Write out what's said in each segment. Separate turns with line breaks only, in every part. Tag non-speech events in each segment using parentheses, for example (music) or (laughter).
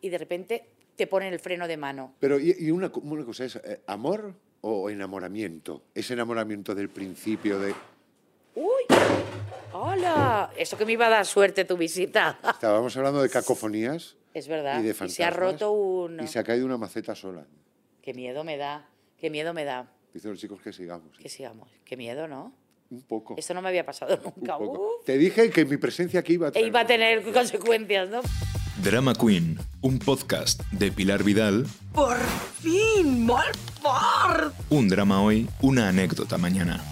y de repente te ponen el freno de mano.
Pero, y, y una, co- una cosa es, eh, ¿amor o enamoramiento? Ese enamoramiento del principio de...
¡Uy! ¡Hola! Eso que me iba a dar suerte tu visita. (laughs)
Estábamos hablando de cacofonías
Es verdad.
y de
se ha
fantasmas,
roto un...
Y se ha caído una maceta sola.
Qué miedo me da. Qué miedo me da.
Dicen los chicos que sigamos.
Que sigamos. Qué miedo, ¿no?
Un poco.
Eso no me había pasado
Oh.
(laughs)
un
nunca.
poco.
Uf.
Te dije que mi presencia aquí iba a
E
traer-
iba a tener consecuencias, ¿no?
Drama Queen, un podcast de Pilar Vidal.
¡Por fin! ¡Molt fort!
Un drama hoy, una anécdota mañana.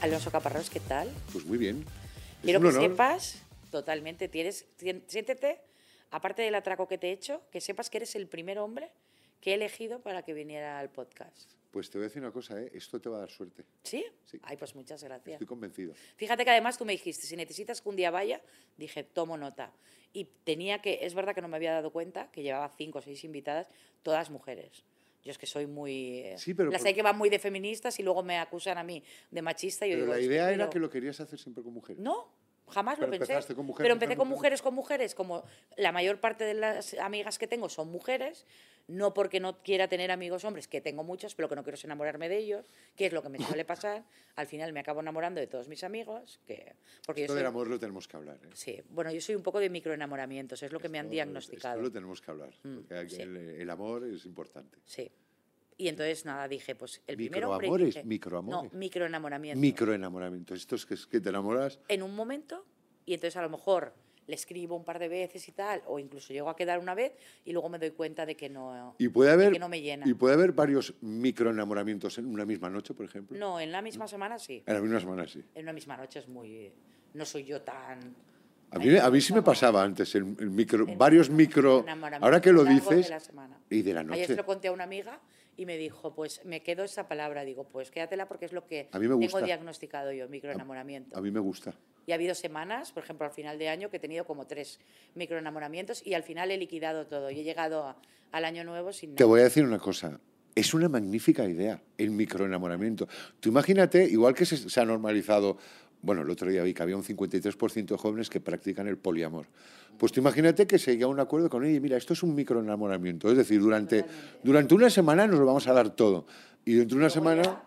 Alonso Caparrós, ¿qué tal?
Pues muy bien. Es
Quiero
un
que
honor.
sepas, totalmente, tienes, tien- siéntete, aparte del atraco que te he hecho, que sepas que eres el primer hombre que he elegido para que viniera al podcast.
Pues te voy a decir una cosa, ¿eh? esto te va a dar suerte.
¿Sí?
Sí.
Ay, pues muchas gracias.
Estoy convencido.
Fíjate que además tú me dijiste, si necesitas que un día vaya, dije, tomo nota. Y tenía que, es verdad que no me había dado cuenta que llevaba cinco o seis invitadas, todas mujeres. Yo es que soy muy... eh,
Sí, pero
las
por-
hay que van muy de feministas y luego me acusan a mí de machista. Y yo
Pero
digo,
la
"Es
idea era
pero-
que lo querías hacer siempre con mujeres.
No, jamás
Pero
lo pensé.
empezaste con mujeres,
pero empecé
mujeres,
con
mujeres.
mujeres, con mujeres, como la mayor parte de las amigas que tengo son mujeres, no porque no quiera tener amigos hombres, que tengo muchos, pero que no quiero enamorarme de ellos, que es lo que me suele pasar. Al final me acabo enamorando de todos mis amigos, que porque yo
Esto
soy-
del amor lo tenemos que hablar. ¿eh?
sí, bueno, yo soy un poco de microenamoramientos, es lo que me han
Esto-
diagnosticado. Mm.
Esto lo tenemos que hablar. porque hay que-
sí.
el, el amor es importante.
Sí. Y entonces nada, dije, pues el primer hombre
Microamores,
dije,
microamores.
No, microenamoramiento.
Microenamoramiento. Esto es que, es que te enamoras.
en un momento y entonces a lo mejor le escribo un par de veces y tal, o incluso llego a quedar una vez y luego me doy cuenta de que no...
Y puede haber,
que no me llena.
y puede haber varios microenamoramientos en una misma noche, por ejemplo.
No, en la misma semana sí.
En la misma semana, sí.
En una misma noche es muy... No soy yo tan...
A mí, a mí sí me pasaba antes el, el micro, varios micro.
Enamoramiento
Ahora que lo
largo de
dices.
la semana.
y de la
Ayer
noche.
se lo conté a una amiga y me dijo, pues me quedo esa palabra. Digo, pues quédatela porque es lo que
A mí me gusta.
tengo diagnosticado yo, microenamoramiento.
A mí me gusta.
Y ha habido semanas, por ejemplo, al final de año, que he tenido como tres microenamoramientos y al final he liquidado todo. Y he llegado a- al año nuevo sin
Te
nada.
voy a decir una cosa. Es una magnífica idea el microenamoramiento. Tú imagínate, igual que se, se ha normalizado, bueno, el otro día vi que había un 53% de jóvenes que practican el poliamor. Pues tú imagínate que se llega a un acuerdo con oye, mira, esto es un microenamoramiento. Es decir, durante, durante una semana nos lo vamos a dar todo. Y dentro de una
Luego ya-
semana,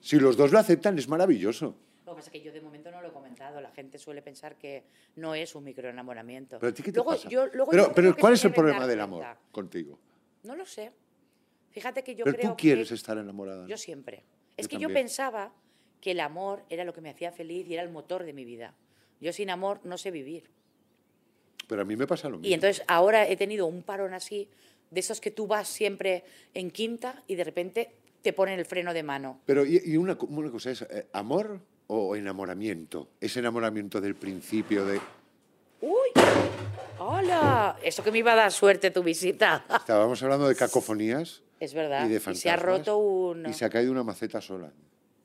si los dos lo aceptan, es maravilloso.
Lo que pasa es que yo de momento no lo he comentado. La gente suele pensar que no es un microenamoramiento.
Pero a ti, ¿qué te
Luego,
pasa?
yo- luego
pero,
yo
pero
creo que
¿cuál
se
es el
deben
problema
dar
del amor
cuenta.
contigo?
No lo sé. Fíjate que yo
pero
creo
tú quieres
que...
estar enamorada. ¿no?
Yo siempre. Es
Yo
que yo
también.
pensaba que el amor era lo que me hacía feliz y era el motor de mi vida. Yo sin amor no sé vivir.
Pero a mí me pasa lo mismo.
Y entonces ahora he tenido un parón así, de esos que tú vas siempre en quinta y de repente te ponen el freno de mano.
Pero, y, y una, co- una cosa es, eh, ¿amor o enamoramiento? Ese enamoramiento del principio de...
¡Uy! ¡Hola! Eso que me iba a dar suerte tu visita.
Estábamos hablando de cacofonías
Es verdad.
y de
y se ha
fantasmas,
roto un...
Y se ha caído una maceta sola.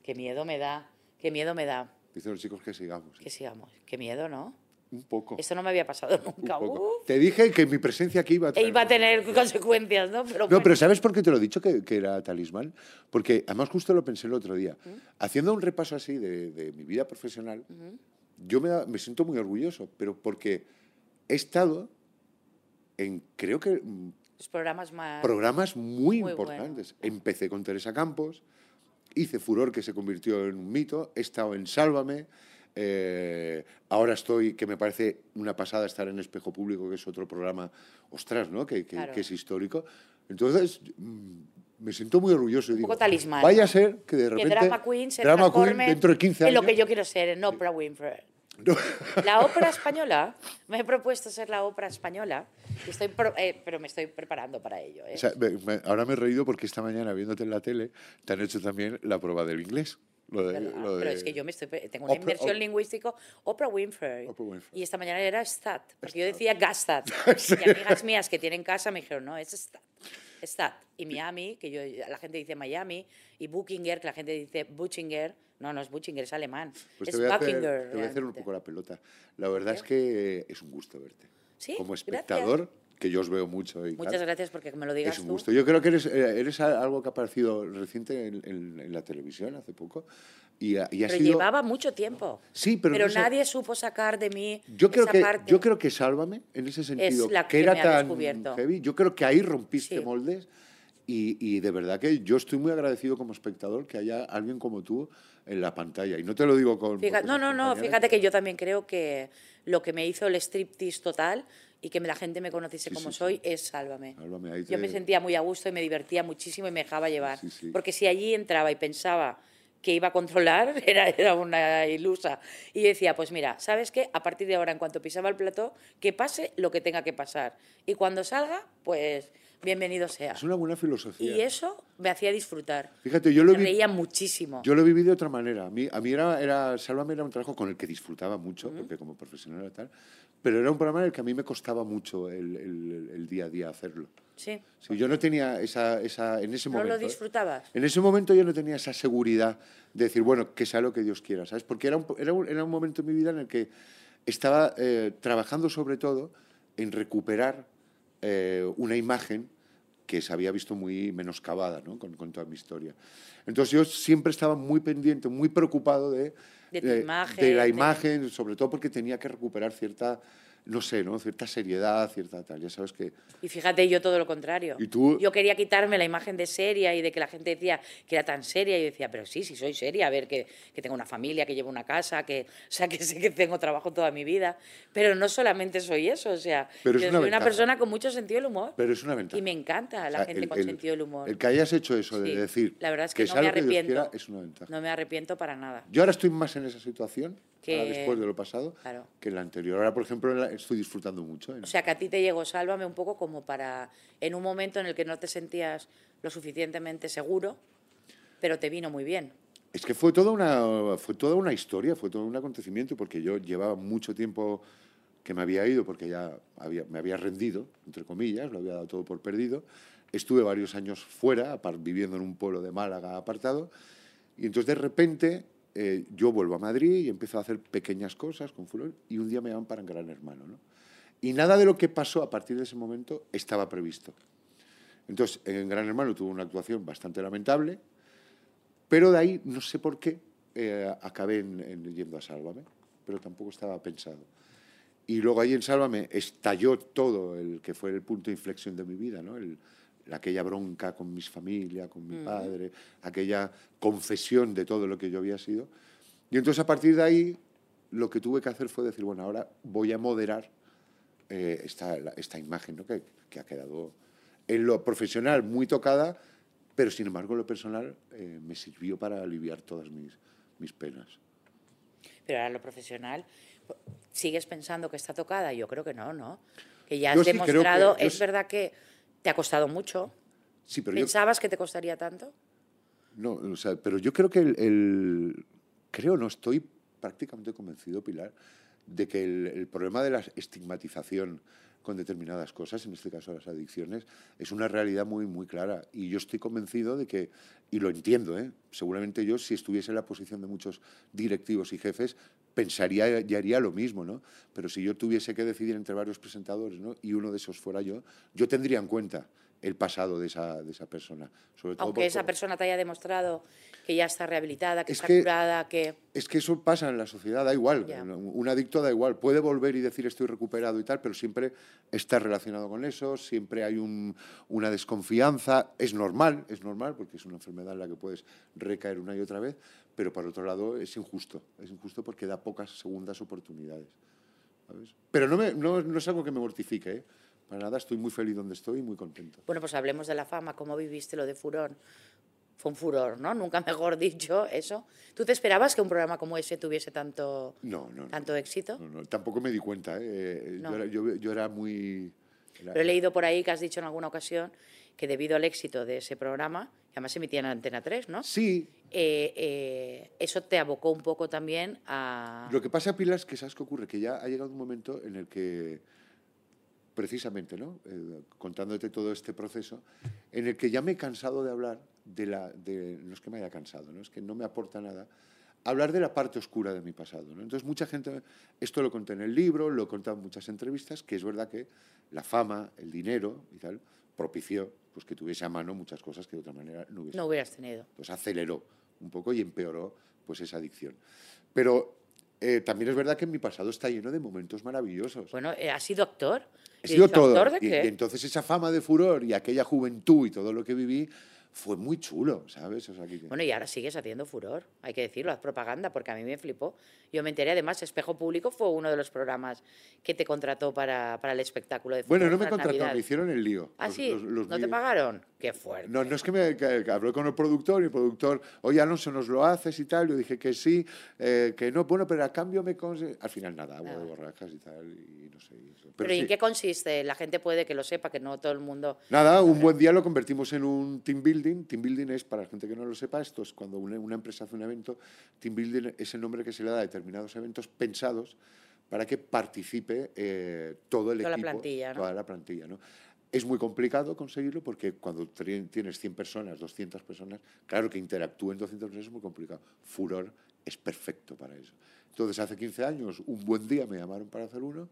Qué miedo me da. Qué miedo me da.
Dicen los chicos que sigamos.
Que sigamos. Qué miedo, ¿no?
Un poco.
Eso no me había pasado
un
nunca.
poco.
Uf.
Te dije que mi presencia aquí iba a
E
traer-
iba a tener consecuencias, ¿no? Pero
No,
bueno.
pero ¿sabes por qué te lo he dicho que, que era talismán? Porque además justo lo pensé el otro día. Haciendo un repaso así de, de mi vida profesional, yo me, da- me siento muy orgulloso, pero porque he estado en, creo que mm,
Los programas más...
programas muy,
Muy
importantes. Empecé con Teresa Campos, hice Furor, que se convirtió en un mito, he estado en Sálvame, eh, ahora estoy, que me parece una pasada estar en Espejo Público, que es otro programa, ostras, ¿no? Que, que-
Claro.
que es histórico. Entonces, mm, me siento muy orgulloso. y
Un
digo,
poco talismán,
Vaya
¿no?
a ser que de
que
repente...
Drama Queen se
Drama Queen
transforme
dentro de 15
en
años...
lo que yo quiero ser, en Oprah Winfrey.
No. (laughs)
La ópera española, me he propuesto ser la ópera española, y estoy pro- eh, pero me estoy preparando para ello. ¿eh?
O sea, me- me- ahora me he reído porque esta mañana, viéndote en la tele, te han hecho también la prueba del inglés. Lo de-
¿Verdad?
lo
Pero
de-
es que yo me estoy, pre- tengo una
Oprah-
inversión
Op-
lingüística, Oprah Winfrey.
Oprah Winfrey.
Y esta mañana era Stat, porque yo decía
(laughs)
Gastat. Y amigas mías que tienen casa me dijeron, no, es Stat. Stat. Y Miami, que yo, la gente dice Miami, y Buckinger, que la gente dice Butchinger. No, no es Butchinger, es alemán.
Pues
es
te voy, a hacer,
Buckinger.
te voy a hacer un
realmente.
poco la pelota. La verdad es que es un gusto verte.
Sí,
Como
gracias.
espectador que yo os veo mucho. Y,
Muchas
claro,
gracias porque me lo digas
Es un
tú.
gusto. Yo creo que eres, eh, eres a- algo que ha aparecido reciente en, en- en la televisión hace poco. Y, ha- y ha
Pero
sido-
llevaba mucho tiempo.
Sí, pero no sé-
nadie supo sacar de mí
Yo creo,
esa
que,
parte.
yo creo que Sálvame, en ese sentido,
la
que
que
era
me ha
tan
descubierto.
heavy, yo creo que ahí rompiste
Sí.
moldes y, y de verdad que yo estoy muy agradecido como espectador que haya alguien como tú en la pantalla. Y no te lo digo con...
Fija-
porque
no,
tus
no, no,
compañeras-
fíjate que yo también creo que lo que me hizo el striptease total y que me- la gente me conociese
Sí,
como
sí, sí.
soy es Sálvame.
Sálvame, ahí
Yo
te-
me sentía muy a gusto y me divertía muchísimo y me dejaba llevar.
Sí, sí.
Porque si allí entraba y pensaba que iba a controlar, (laughs) era, era una ilusa. Y yo decía, pues mira, ¿sabes qué? A partir de ahora, en cuanto pisaba el plató, que pase lo que tenga que pasar. Y cuando salga, pues bienvenido sea.
Es una buena filosofía.
Y eso me hacía disfrutar.
Fíjate, yo lo
Me
vi-
reía muchísimo.
Yo lo viví de otra manera. A mí, a mí era, era, Sálvame era un trabajo con el que disfrutaba mucho, porque como profesional y tal, pero era un programa en el que a mí me costaba mucho el, el- el día a día hacerlo.
sí.
Sí, yo no tenía esa, esa en ese
¿No lo
momento. ¿eh?
disfrutabas?
En ese momento yo no tenía esa seguridad de decir, bueno, que sea lo que Dios quiera, ¿sabes? Porque era un, po- era un, era un momento en mi vida en el que estaba eh, trabajando sobre todo en recuperar eh, una imagen que se había visto muy menoscabada ¿no? con, con toda mi historia. Entonces yo siempre estaba muy pendiente, muy preocupado de,
De
eh,
tu imagen,
de la
de-
imagen, sobre todo porque tenía que recuperar cierta, no sé, ¿no? cierta seriedad, cierta tal. Ya sabes que
Y fíjate, yo todo lo contrario.
¿Y tú?
Yo quería quitarme la imagen de seria y de que la gente decía que era tan seria. Y yo decía, pero sí, sí, soy seria. A ver, que, que tengo una familia, que llevo una casa, que, o sea, que sé que tengo trabajo toda mi vida. Pero no solamente soy eso, o sea,
Pero es
yo
una
soy una
ventaja.
persona con mucho sentido del humor.
Pero es una ventaja.
Y me encanta la
O sea,
gente
el-
con
el-
sentido del humor.
El que hayas hecho eso de
Sí,
decir.
la verdad es que no
sea
me
lo Dios
arrepiento.
quiera, es una ventaja.
No me arrepiento para nada.
Yo ahora estoy más en esa situación,
Que-
ahora después de lo pasado,
Claro.
que en la anterior. Ahora, por ejemplo, en la- estoy disfrutando mucho. en-
O sea, que a ti te llegó Sálvame un poco como para, en un momento en el que no te sentías lo suficientemente seguro, pero te vino muy bien.
Es que fue toda una fue toda una historia, fue todo un acontecimiento porque yo llevaba mucho tiempo que me había ido porque ya había- me había rendido, entre comillas, lo había dado todo por perdido. Estuve varios años fuera, apar- viviendo en un pueblo de Málaga apartado, y entonces de repente eh, yo vuelvo a Madrid y empiezo a hacer pequeñas cosas con furor y un día me llaman para un Gran Hermano, ¿no? Y nada de lo que pasó a partir de ese momento estaba previsto. Entonces, en Gran Hermano tuvo una actuación bastante lamentable, pero de ahí, no sé por qué, eh, acabé en, en yendo a Sálvame, pero tampoco estaba pensado. Y luego ahí en Sálvame estalló todo el que fue el punto de inflexión de mi vida, ¿no? El- aquella bronca con mis familia, con mi padre, aquella confesión de todo lo que yo había sido. Y entonces a partir de ahí lo que tuve que hacer fue decir, bueno, ahora voy a moderar eh, esta, la- esta imagen ¿no? que, que ha quedado en lo profesional muy tocada, pero sin embargo en lo personal eh, me sirvió para aliviar todas mis, mis penas.
Pero ahora lo profesional, ¿sigues pensando que está tocada? Yo creo que no, ¿no? Que ya has
Yo sí creo que-
demostrado,
yo
es
sí-
verdad que te ha costado mucho.
Sí, pero yo,
¿Pensabas que te costaría tanto?
no, o sea, pero yo creo que el, el- Creo, no estoy prácticamente convencido, Pilar, de que el, el problema de la estigmatización con determinadas cosas, en este caso las adicciones, es una realidad muy, muy clara. Y yo estoy convencido de que, y lo entiendo, ¿eh? seguramente yo, si estuviese en la posición de muchos directivos y jefes, pensaría y haría lo mismo, ¿no? Pero si yo tuviese que decidir entre varios presentadores, ¿no? Y uno de esos fuera yo, yo tendría en cuenta el pasado de esa, de esa persona. Sobre todo
Aunque
por-
esa
por-
persona te haya demostrado que ya está rehabilitada, que
Es
está
que-
curada, que...
Es que eso pasa en la sociedad, da igual.
Ya.
Un un adicto da igual. Puede volver y decir estoy recuperado y tal, pero siempre está relacionado con eso, siempre hay un- una desconfianza. Es normal, es normal, porque es una enfermedad en la que puedes recaer una y otra vez, pero por otro lado es injusto. Es injusto porque da pocas segundas oportunidades. ¿sabes? Pero no, me- no- no es algo que me mortifique. ¿eh? Para nada, estoy muy feliz donde estoy y muy contento.
Bueno, pues hablemos de la fama, cómo viviste lo de Furor. Fue un furor, ¿no? Nunca (laughs) mejor dicho eso. ¿Tú te esperabas que un programa como ese tuviese tanto,
No, no, no.
tanto éxito?
No, no, tampoco me di cuenta. ¿eh? Eh,
No.
Yo, era, yo- yo era muy... era-
Pero he leído por ahí que has dicho en alguna ocasión que debido al éxito de ese programa, que además se emitía en Antena 3, ¿no?
Sí,
Eh, eh, eso te abocó un poco también a...
Lo que pasa, Pilar, es que sabes qué ocurre, que ya ha llegado un momento en el que, precisamente, ¿no? Eh, contándote todo este proceso, en el que ya me he cansado de hablar de la... de- no es que me haya cansado, ¿no? Es que no me aporta nada hablar de la parte oscura de mi pasado. ¿no? Entonces, mucha gente, esto lo conté en el libro, lo he contado en muchas entrevistas, que es verdad que la fama, el dinero y tal, propició pues, que tuviese a mano muchas cosas que de otra manera no hubiese.
No hubieras tenido.
Pues aceleró un poco y empeoró pues, esa adicción. Pero eh, también es verdad que mi pasado está lleno de momentos maravillosos.
Bueno, eh, ¿has sido actor?
He
¿Y
sido todo.
¿Actor de
Y-
qué?
Y, entonces esa fama de furor y aquella juventud y todo lo que viví fue muy chulo, ¿sabes? O sea, que-
Bueno, y ahora sigues haciendo furor, hay que decirlo, haz propaganda, porque a mí me flipó. Yo me enteré, además, Espejo Público fue uno de los programas que te contrató para, para el espectáculo de furor.
Bueno, no me
para
contrataron,
Navidad.
me hicieron el lío.
Ah,
Los-
sí,
los- los
no te
míos.
pagaron. Qué fuerte.
No, no es que me que- que hablé con el productor y el productor, oye Alonso, ¿nos lo haces y tal? Yo dije que sí, eh, que no, bueno, pero a cambio me... conse-". Al final nada, agua de
Nada.
borrajas y tal, y no sé. y eso. Pero
Pero ¿y
sí,
en qué consiste? La gente puede que lo sepa, que no todo el mundo.
Nada, un buen día lo convertimos en un team building. Team building es, para la gente que no lo sepa, esto es cuando una, una empresa hace un evento, team building es el nombre que se le da a determinados eventos pensados para que participe eh, todo el
Toda la
equipo.
plantilla, ¿no?
Toda la plantilla, ¿no? Es muy complicado conseguirlo porque cuando tri- tienes 100 personas, 200 personas, claro que interactúen 200 personas es muy complicado. Furor es perfecto para eso. Entonces, hace 15 años, un buen día me llamaron para hacer uno,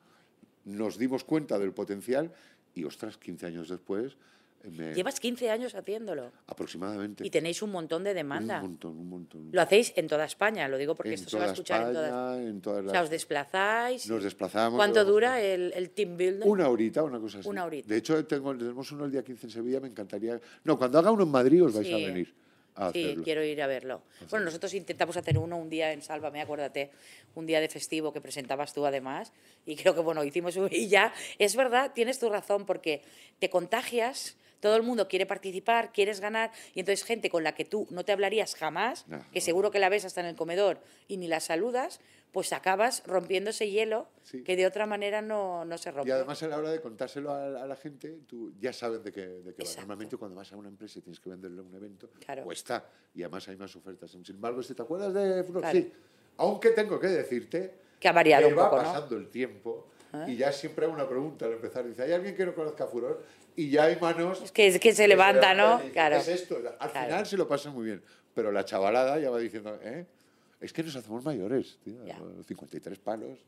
nos dimos cuenta del potencial y, ostras, 15 años después, eh, me-
Llevas 15 años haciéndolo
aproximadamente.
y tenéis un montón de demanda.
Un montón, un montón.
Lo hacéis en toda España, lo digo porque
En
esto se va a
toda
escuchar en todas.
España, en todas
O sea,
las-
os desplazáis.
Nos desplazamos.
¿Cuánto
llevamos-
dura el, el team building?
Una horita, una cosa así.
Una horita.
De hecho, tengo, tenemos uno el día 15 en Sevilla, me encantaría. No, cuando haga uno en Madrid os vais
Sí.
a venir a
Sí,
hacerlo.
quiero ir a verlo. Bueno, nosotros intentamos hacer uno un día en Sálvame, acuérdate, un día de festivo que presentabas tú además, y (laughs) creo que bueno, hicimos un y ya. Es verdad, tienes tu razón, porque te contagias, todo el mundo quiere participar, quieres ganar, y entonces gente con la que tú no te hablarías jamás,
No.
que seguro que la ves hasta en el comedor y ni la saludas, pues acabas rompiendo ese hielo
Sí.
que de otra manera no, no se rompe.
Y además a la hora de contárselo a, la- a la gente, tú ya sabes de qué, de qué va.
Exacto.
Normalmente cuando vas a una empresa y tienes que venderle un evento,
Claro.
cuesta. Y además hay más ofertas. Sin embargo, si te acuerdas de... Furor?
Claro.
Sí. Aunque tengo que decirte...
Que ha variado
que
un
va
poco, ¿no? Ah.
pasando el tiempo y ya siempre hay una pregunta al empezar. Dice, ¿hay alguien que no conozca Furor? Y ya hay manos...
Es que, es que se levanta,
levantan
¿no?
y dicen,
Claro.
"¿Qué es esto? Al
Claro.
final se lo pasa muy bien. Pero la chavalada ya va diciendo, ¿eh? Es que nos hacemos mayores, tío.
Ya.
53 palos.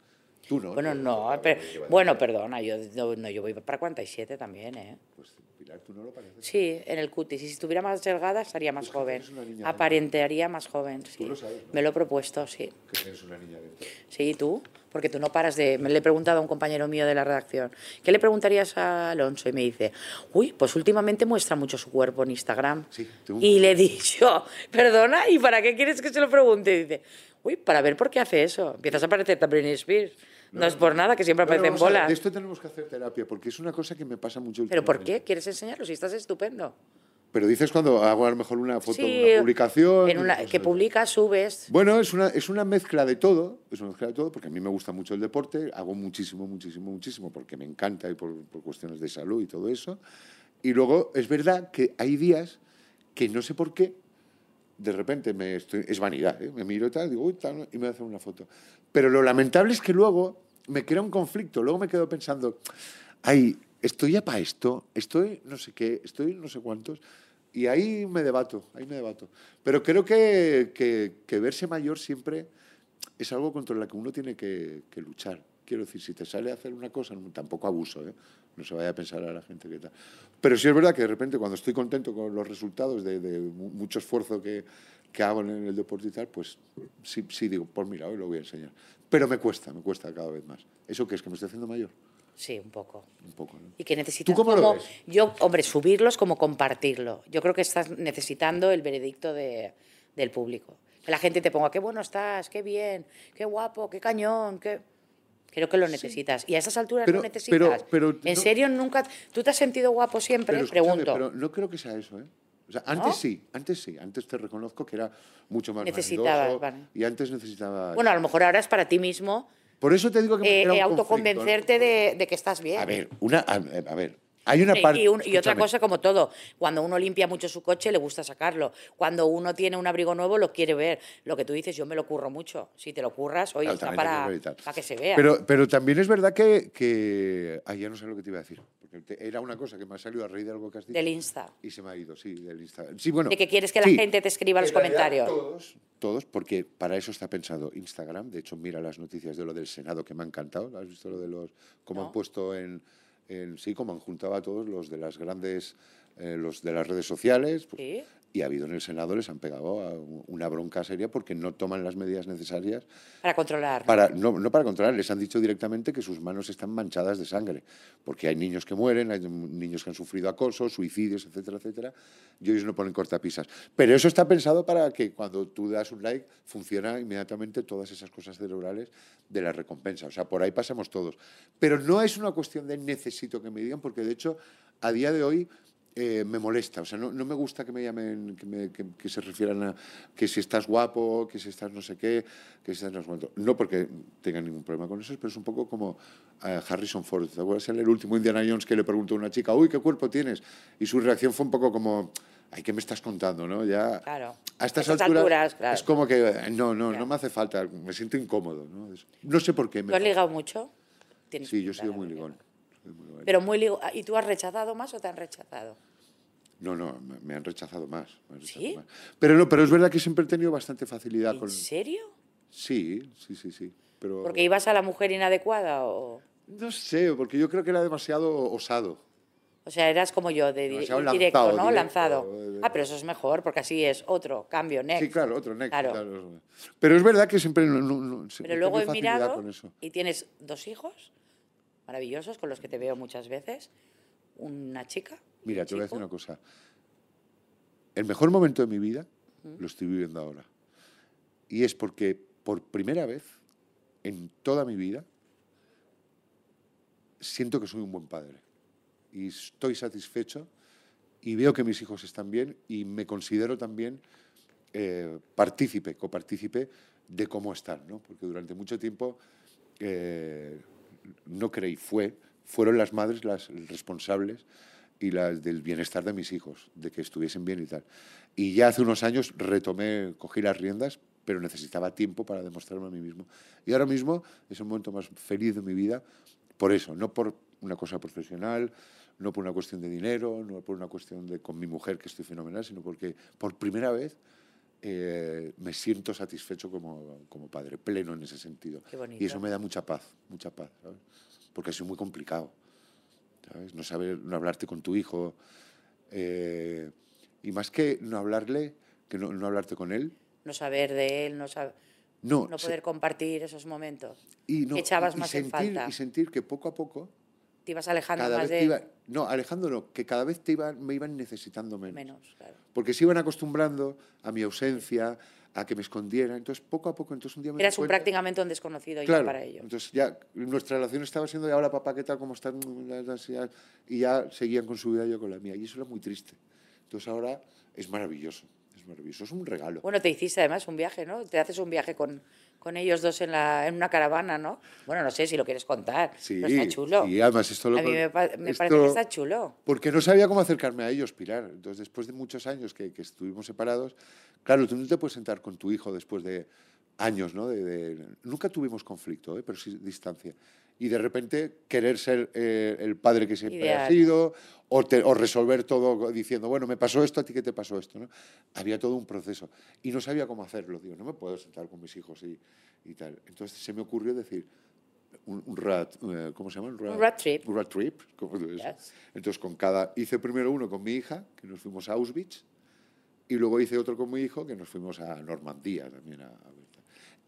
Tú no.
Bueno,
Yo,
no,
yo,
pero,
yo, yo,
bueno, perdona, yo, no, no, yo voy para 47 también, ¿eh?
Pues Pilar, tú no lo pareces.
Sí, en el cutis. Y si estuviera más delgada, estaría más
Pues que
joven.
eres una niña
Aparentaría más joven, sí.
lo sabes, ¿no?
Me lo he propuesto, sí.
Que tienes una niña dentro.
Sí, ¿y tú? Porque tú no paras de... Me le he preguntado a un compañero mío de la redacción, ¿qué le preguntarías a Alonso? Y me dice, uy, pues últimamente muestra mucho su cuerpo en Instagram.
Sí, tú.
Y le he dicho, perdona, ¿y para qué quieres que se lo pregunte? Y dice, uy, para ver por qué hace eso. Empiezas a parecer a Britney Spears. No, es por nada, que siempre
No, no,
aparecen
vamos a ver,
bolas.
De esto tenemos que hacer terapia, porque es una cosa que me pasa mucho
¿Pero por qué?
últimamente.
¿Quieres enseñarlo? Si estás estupendo.
Pero dices cuando hago a lo mejor una foto,
Sí,
una publicación...
en
y
una-
cosas
que
de-
publicas, subes.
Bueno, es una, es una mezcla de todo, es una mezcla de todo, porque a mí me gusta mucho el deporte, hago muchísimo, muchísimo, muchísimo, porque me encanta y por, por cuestiones de salud y todo eso. Y luego es verdad que hay días que no sé por qué, de repente me estoy, es vanidad, ¿eh? me miro y tal, digo, uy, tal, ¿no? y me hacen una foto. Pero lo lamentable es que luego me crea un conflicto, luego me quedo pensando, ay, estoy ya para esto, estoy no sé qué, estoy no sé cuántos, y ahí me debato, ahí me debato. Pero creo que, que- que verse mayor siempre es algo contra lo que uno tiene que, que luchar. Quiero decir, si te sale a hacer una cosa, no- tampoco abuso, ¿eh? no se vaya a pensar a la gente que tal. Pero sí es verdad que de repente cuando estoy contento con los resultados de, de mu- mucho esfuerzo que, que hago en el deporte y tal, pues sí, sí digo, pues mira, hoy lo voy a enseñar. Pero me cuesta, me cuesta cada vez más. ¿Eso qué es? ¿Que me estoy haciendo mayor?
Sí, un poco.
Un poco, ¿no?
Y que necesitas
¿Tú cómo lo
como-
ves?
Yo, hombre, subirlos como compartirlo. Yo creo que estás necesitando el veredicto de- del público. Que la gente te ponga, qué bueno estás, qué bien, qué guapo, qué cañón, qué... Creo que lo necesitas. Y a estas alturas
Pero-
lo necesitas.
pero- pero
¿En
no-
serio nunca...? ¿Tú te has sentido guapo siempre?
Pero, escúchame,
Pregunto.
pero no creo que sea eso, ¿eh? O sea, antes
¿No?
sí, antes sí, antes te reconozco que era mucho más
Necesitabas,
vanidoso
vale.
y antes necesitaba...
Bueno, a lo mejor ahora es para ti mismo
Por eso te digo que me
eh,
genera
eh,
un conflicto, ¿no?
autoconvencerte de, de que estás bien.
A ver, una, a, a ver, Hay (laughs) una
Y-
parte.
Y, un- y otra
escúchame.
cosa, como todo, cuando uno limpia mucho su coche, le gusta sacarlo. Cuando uno tiene un abrigo nuevo, lo quiere ver. Lo que tú dices, yo me lo curro mucho. Si te lo curras, hoy está
Altamente
para,
mejor y tal.
para que se vea.
Pero, pero también es verdad que. que... Ay, ya no sé lo que te iba a decir. Porque te- era una cosa que me ha salido a raíz de algo que has dicho.
del Insta.
Y se me ha ido, sí, del Instagram. Sí, bueno.
De que quieres que la
sí.
gente te escriba los
En realidad,
comentarios.
Todos, todos, porque para eso está pensado Instagram. De hecho, mira las noticias de lo del Senado que me ha encantado. ¿Has visto lo de los. cómo
No.
han puesto en, en- Sí, cómo han juntado a todos los de las grandes. eh, los de las redes sociales. pues,
Sí.
Y ha habido en el Senado, les han pegado a un- una bronca seria porque no toman las medidas necesarias
Para controlar.
para, no, no para controlar, les han dicho directamente que sus manos están manchadas de sangre, porque hay niños que mueren, hay niños que han sufrido acoso, suicidios, etcétera, etcétera, y ellos no ponen cortapisas. Pero eso está pensado para que cuando tú das un like funciona inmediatamente todas esas cosas cerebrales de la recompensa. O sea, por ahí pasamos todos. Pero no es una cuestión de necesito que me digan, porque de hecho, a día de hoy... eh, me molesta, o sea, no, no me gusta que me llamen, que, me- que- que se refieran a que si estás guapo, que si estás no sé qué, que si estás no sé cuánto. No porque tenga ningún problema con eso, pero es un poco como eh, Harrison Ford. ¿Te acuerdas en el último Indiana Jones que le preguntó a una chica, uy, ¿qué cuerpo tienes? Y su reacción fue un poco como, ay, ¿qué me estás contando? ¿no? Ya,
Claro.
A estas
A estas
alturas,
alturas, claro.
es como que, eh, no, no,
Claro.
no me hace falta, me siento incómodo. No, Es- no sé por qué.
¿Lo
Me
has ligado mucho? Tienes
sí, yo he
pinta
sido
de
muy
ligado.
ligón. Soy muy ligón.
Pero muy ligado. ¿Y tú has rechazado más o te han rechazado?
No, no, me me han rechazado más. me han rechazado
¿Sí?
más. Pero no, pero es verdad que siempre he tenido bastante facilidad
¿En
con.
serio?
Sí, sí, sí, sí. Pero
¿Porque ibas a la mujer inadecuada o...?
no sé, porque yo creo que era demasiado osado.
O sea, eras como yo, de dire-
Demasiado
directo,
lanzado,
¿no?
directo,
Lanzado.
eh,
Ah, pero eso es mejor, porque así es otro cambio, next.
Sí, claro, otro next.
Claro.
claro. Pero es verdad que siempre. No, no- no- siempre
Pero luego
tengo
he
facilidad
mirado
con eso.
y tienes dos hijos maravillosos con los que te veo muchas veces, una chica. y
Mira,
un
te voy a decir
chico.
una cosa. El mejor momento de mi vida lo estoy viviendo ahora. Y es porque por primera vez en toda mi vida siento que soy un buen padre. Y estoy satisfecho y veo que mis hijos están bien y me considero también eh, partícipe, copartícipe de cómo están, ¿no? Porque durante mucho tiempo eh, no creí, fue, fueron las madres las responsables y las del bienestar de mis hijos, de que estuviesen bien y tal. Y ya hace unos años retomé, cogí las riendas, pero necesitaba tiempo para demostrarme a mí mismo. Y ahora mismo es un momento más feliz de mi vida por eso, no por una cosa profesional, no por una cuestión de dinero, no por una cuestión de con mi mujer que estoy fenomenal, sino porque por primera vez eh, me siento satisfecho como, como padre, pleno en ese sentido.
Qué bonito.
Y eso me da mucha paz, mucha paz, ¿sabes? Porque ha sido muy complicado, ¿sabes? No saber, no hablarte con tu hijo. eh, y más que no hablarle, que no, no hablarte con él,
No saber de él, no, sab-
no,
no
se-
poder compartir esos momentos.
y no-
que echabas
y
más en
sentir,
falta.
Y sentir que poco a poco
Te ibas alejando
cada
más
vez
de
te
él.
iba- no, Alejandro, no, que cada vez te iban, me iban necesitando menos.
menos. Claro.
Porque se iban acostumbrando a mi ausencia, a que me escondiera. Entonces, poco a poco, entonces un día me di
Eras un
cuenta-
prácticamente un desconocido ya
Claro,
para ellos.
entonces ya nuestra relación estaba siendo de ahora papá, ¿qué tal? ¿Cómo están? Y ya seguían con su vida yo con la mía. Y eso era muy triste. Entonces ahora es maravilloso, es maravilloso, es un regalo.
Bueno, te hiciste además un viaje, ¿no? Te haces un viaje con, con ellos dos en, la, en una caravana, ¿no? Bueno, no sé si lo quieres contar, pero está chulo.
Y además esto lo
a mí me, pa- me parece
esto-
que está chulo.
Porque no sabía cómo acercarme a ellos, Pilar. Entonces, después de muchos años que, que estuvimos separados, claro, tú no te puedes sentar con tu hijo después de años, ¿no? De, de- nunca tuvimos conflicto, ¿eh? pero sí distancia. Y de repente querer ser eh, el padre que siempre
Ideal.
ha sido o, te- o resolver todo diciendo, bueno, me pasó esto, a ti que te pasó esto. ¿no? Había todo un proceso y no sabía cómo hacerlo. Digo, no me puedo sentar con mis hijos y, y tal. Entonces se me ocurrió decir, un, un rat, eh, ¿cómo se llama?
Un road trip.
Un road trip. como eso.
Yes.
Entonces, con cada, hice primero uno con mi hija, que nos fuimos a Auschwitz, y luego hice otro con mi hijo, que nos fuimos a Normandía también. a- a ver.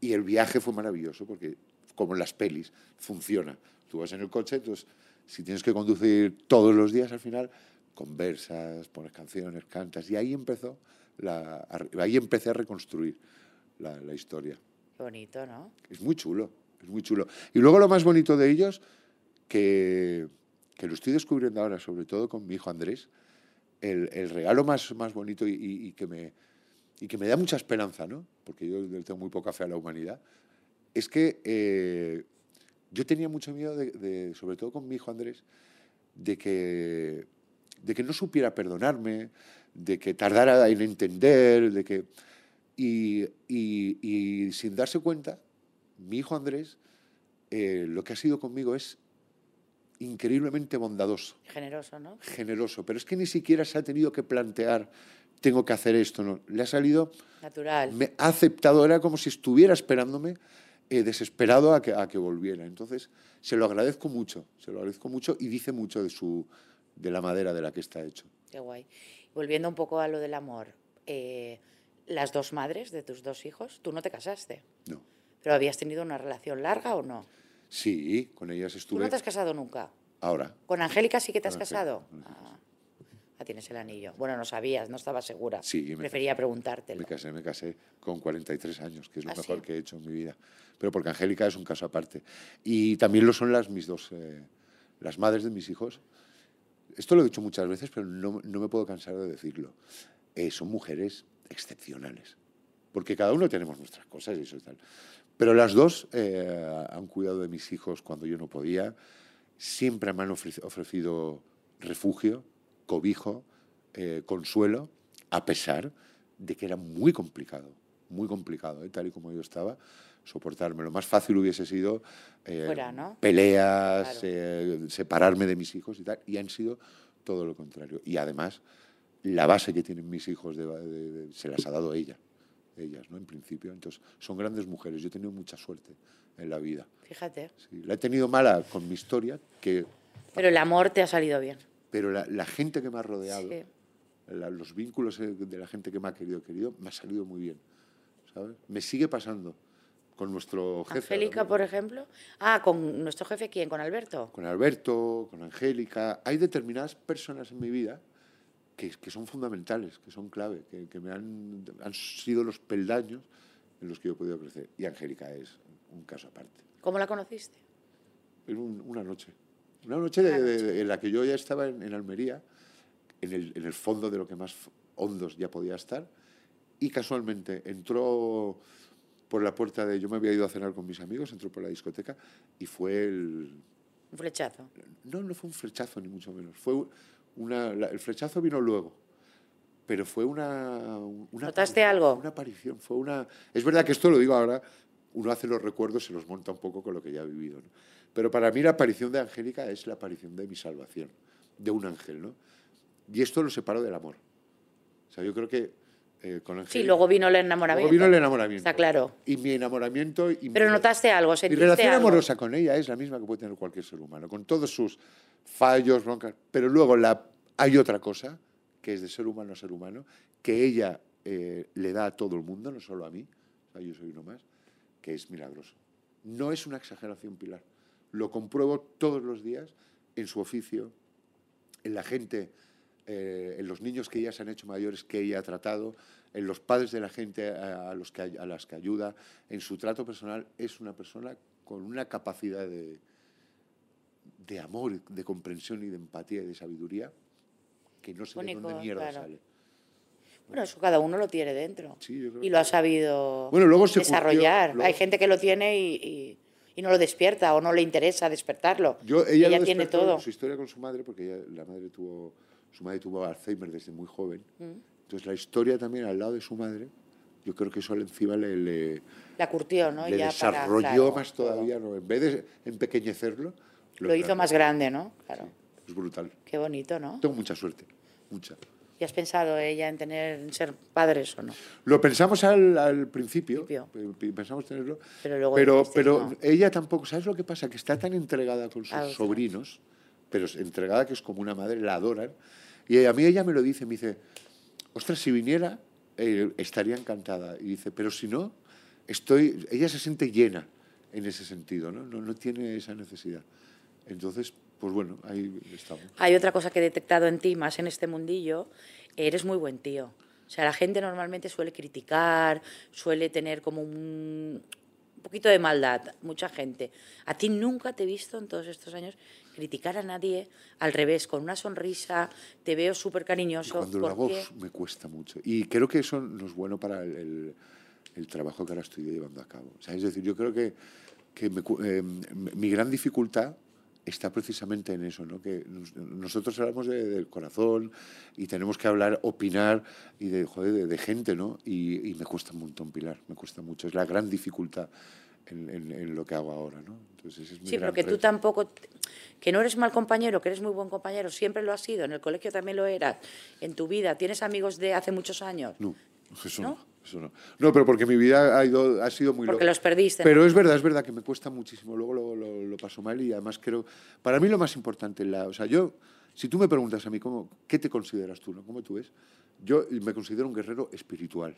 y el viaje fue maravilloso, porque como en las pelis, funciona. Tú vas en el coche, entonces, si tienes que conducir todos los días, al final, conversas, pones canciones, cantas, y ahí empezó, la, a- ahí empecé a reconstruir la- la historia.
Qué bonito, ¿no?
Es muy chulo, es muy chulo. Y luego lo más bonito de ellos, que, que lo estoy descubriendo ahora, sobre todo con mi hijo Andrés, el, el regalo más, más bonito y, y- y que me, y que me da mucha esperanza, ¿no? porque yo le tengo muy poca fe a la humanidad, es que eh, yo tenía mucho miedo, de, de- sobre todo con mi hijo Andrés, de que, de que no supiera perdonarme, de que tardara en entender, de que... Y, y- y sin darse cuenta, mi hijo Andrés, eh, lo que ha sido conmigo es increíblemente bondadoso
Generoso, ¿no?
generoso, pero es que ni siquiera se ha tenido que plantear, tengo que hacer esto, no. Le ha salido,
Natural.
me ha aceptado, era como si estuviera esperándome, eh, desesperado a que, a que volviera. Entonces, se lo agradezco mucho, se lo agradezco mucho y dice mucho de, su, de la madera de la que está hecho.
Qué guay. Volviendo un poco a lo del amor, eh, las dos madres de tus dos hijos, tú no te casaste,
No.
pero habías tenido una relación larga o no.
Sí, con ellas
Tú
estuve.
no te has casado nunca.
Ahora,
Con Angélica sí que te has
Con
casado.
Angélica,
Ah, Ah, tienes el anillo. Bueno, no sabías, no estabas segura.
Sí, me
Prefería preguntártelo.
me casé, me casé con 43 años, que es lo
¿Ah, sí?
mejor que he hecho en mi vida. Pero porque Angélica es un caso aparte. Y también lo son las mis dos, eh, las madres de mis hijos. Esto lo he dicho muchas veces, pero no, no me puedo cansar de decirlo. Eh, son mujeres excepcionales. Porque cada uno tenemos nuestras cosas y eso y tal. Pero las dos eh, han cuidado de mis hijos cuando yo no podía. Siempre me han ofre- ofrecido refugio, cobijo, eh, consuelo, a pesar de que era muy complicado, muy complicado, ¿eh? tal y como yo estaba, soportarme. Lo más fácil hubiese sido eh,
Fuera, ¿no? Claro.
peleas, eh, separarme de mis hijos y tal. Y han sido todo lo contrario. Y además, la base que tienen mis hijos de- de- de- se las ha dado ella, ellas, ¿no? En principio. Entonces, son grandes mujeres. Yo he tenido mucha suerte en la vida.
Fíjate.
Sí, La he tenido mala con mi historia, que,
Pero el amor te ha salido bien.
pero la, la gente que me ha rodeado,
Sí.
la- los vínculos eh, de la gente que me ha querido, querido, me ha salido muy bien. ¿sabes? Me sigue pasando con nuestro jefe. ahora
Angélica,
mismo.
por ejemplo. Ah, con nuestro jefe, ¿quién? ¿Con Alberto?
con Alberto, con Angélica. Hay determinadas personas en mi vida que, que son fundamentales, que son clave, que, que me han, han sido los peldaños en los que yo he podido crecer. Y Angélica es un caso aparte.
¿Cómo la conociste?
En un- una noche. Una noche, de-
Una noche.
de- en la que yo ya estaba en, en Almería, en el, en el fondo de lo que más f- hondos ya podía estar, y casualmente entró por la puerta de... Yo me había ido a cenar con mis amigos, entró por la discoteca y fue el,
Un flechazo.
no, no fue un flechazo, ni mucho menos. Fue una, la- el flechazo vino luego. Pero fue una. una
¿Notaste
aparición,
algo?
Una aparición. Fue una. Es verdad que esto lo digo ahora, uno hace los recuerdos, se los monta un poco con lo que ya ha vivido. ¿no? Pero para mí la aparición de Angélica es la aparición de mi salvación, de un ángel, ¿no? Y esto lo separo del amor. O sea, yo creo que eh, con Angélica.
Sí, luego vino el
luego
enamoramiento.
vino el enamoramiento.
Está claro.
Y mi enamoramiento. Y
Pero
mi-
notaste algo,
mi
sentiste
relación
algo.
amorosa con ella es la misma que puede tener cualquier ser humano, con todos sus fallos, broncas. Pero luego la, hay otra cosa, que es de ser humano a ser humano, que ella eh, le da a todo el mundo, no solo a mí, o sea, yo soy uno más, que es milagroso. No es una exageración, Pilar. Lo compruebo todos los días en su oficio, en la gente, eh, en los niños que ya se han hecho mayores, que ella ha tratado, en los padres de la gente eh, a, a los que, ay- a las que ayuda, en su trato personal, es una persona con una capacidad de, de amor, de comprensión y de empatía y de sabiduría que no sé
Único,
de dónde mierda
claro.
sale.
Bueno, eso cada uno lo tiene dentro.
Sí, yo creo
y
que-
lo ha sabido
Bueno, luego se
desarrollar.
curtió- luego-
Hay gente que lo tiene y, y- y no lo despierta o no le interesa despertarlo.
Yo, ella lo
tiene
despertó
todo.
Su historia con su madre, porque ella- la madre tuvo, su madre tuvo Alzheimer desde muy joven.
Mm.
Entonces la historia también al lado de su madre, yo creo que eso encima le, le-
La curtió, ¿no?
le
Ya para-
desarrolló
claro,
más
todo.
todavía, ¿no? en vez de empequeñecerlo,
Lo hizo más grande, ¿no? Claro.
Es brutal.
Qué bonito, ¿no?
Tengo mucha suerte, mucha.
¿Y has pensado ella en tener en ser padres o no?
Lo pensamos al, al principio,
Principio.
pe- pe- pensamos tenerlo,
Pero luego
pero,
dijisteis,
pero
no.
ella tampoco, ¿sabes lo que pasa? Que está tan entregada con sus
A los demás.
sobrinos, pero es entregada que es como una madre, la adoran, y a mí ella me lo dice, me dice, ostras, si viniera eh, estaría encantada, y dice, pero si no, estoy, ella se siente llena en ese sentido, ¿no? No, no tiene esa necesidad. Entonces, pues bueno, ahí estamos.
Hay otra cosa que he detectado en ti, más en este mundillo, eres muy buen tío. O sea, la gente normalmente suele criticar, suele tener como un, un poquito de maldad, mucha gente. A ti nunca te he visto en todos estos años criticar a nadie, al revés, con una sonrisa, te veo súper
Y
cariñoso.
cuando
¿por
lo hago
qué?
uf, me cuesta mucho. Y creo que eso no es bueno para el, el- el trabajo que ahora em, estoy llevando a cabo. O sea, es decir, yo creo que, que me cu- eh, m- mi gran dificultad está precisamente en eso, ¿no? Que nos- nosotros hablamos de- del corazón y tenemos que hablar, opinar y de, joder, de, de gente, ¿no? Y, y me cuesta un montón, Pilar, me cuesta mucho. Es la gran dificultad en, en- en lo que hago ahora, ¿no? Entonces, ese es mi
Sí,
gran
pero que tú
reto.
tampoco, te- que no eres mal compañero, que eres muy buen compañero, siempre lo has sido, en el colegio también lo eras, en tu vida, tienes amigos de hace muchos años.
No, pues eso no.
¿No?
eso no. No, pero porque mi vida ha, ido- ha sido muy
Porque
loca.
los perdiste, ¿no?
Pero es verdad, es verdad que me cuesta muchísimo. Luego lo, lo- lo paso mal y además creo. Para mí lo más importante, en la, o sea, yo, si tú me preguntas a mí cómo, qué te consideras tú, no? ¿Cómo tú ves? Yo me considero un guerrero espiritual.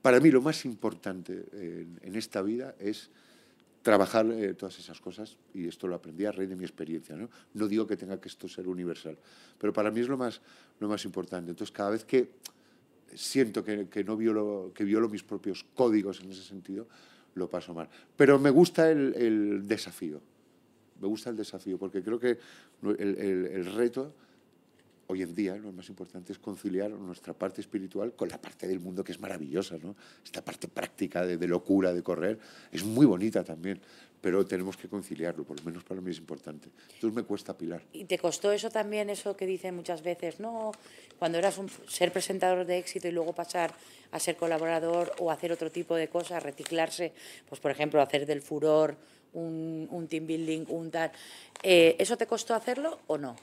Para mí lo más importante en, en esta vida es trabajar eh, todas esas cosas y esto lo aprendí a raíz de mi experiencia. ¿no? no digo que tenga que esto ser universal, pero para mí es lo más, lo más importante. Entonces, cada vez que siento que, que no violo, que violo mis propios códigos en ese sentido, lo paso mal. Pero me gusta el, el desafío, me gusta el desafío, porque creo que el, el- el reto hoy en día, lo más importante es conciliar nuestra parte espiritual con la parte del mundo que es maravillosa, ¿no? Esta parte práctica de, de locura, de correr, es muy bonita también, pero tenemos que conciliarlo, por lo menos para mí es importante. Entonces me cuesta pilar.
¿Y te costó eso también, eso que dicen muchas veces, no, cuando eras un, ser presentador de éxito y luego pasar a ser colaborador o hacer otro tipo de cosas, reciclarse, pues por ejemplo, hacer del furor un, un team building, un tal, eh, ¿eso te costó hacerlo o no?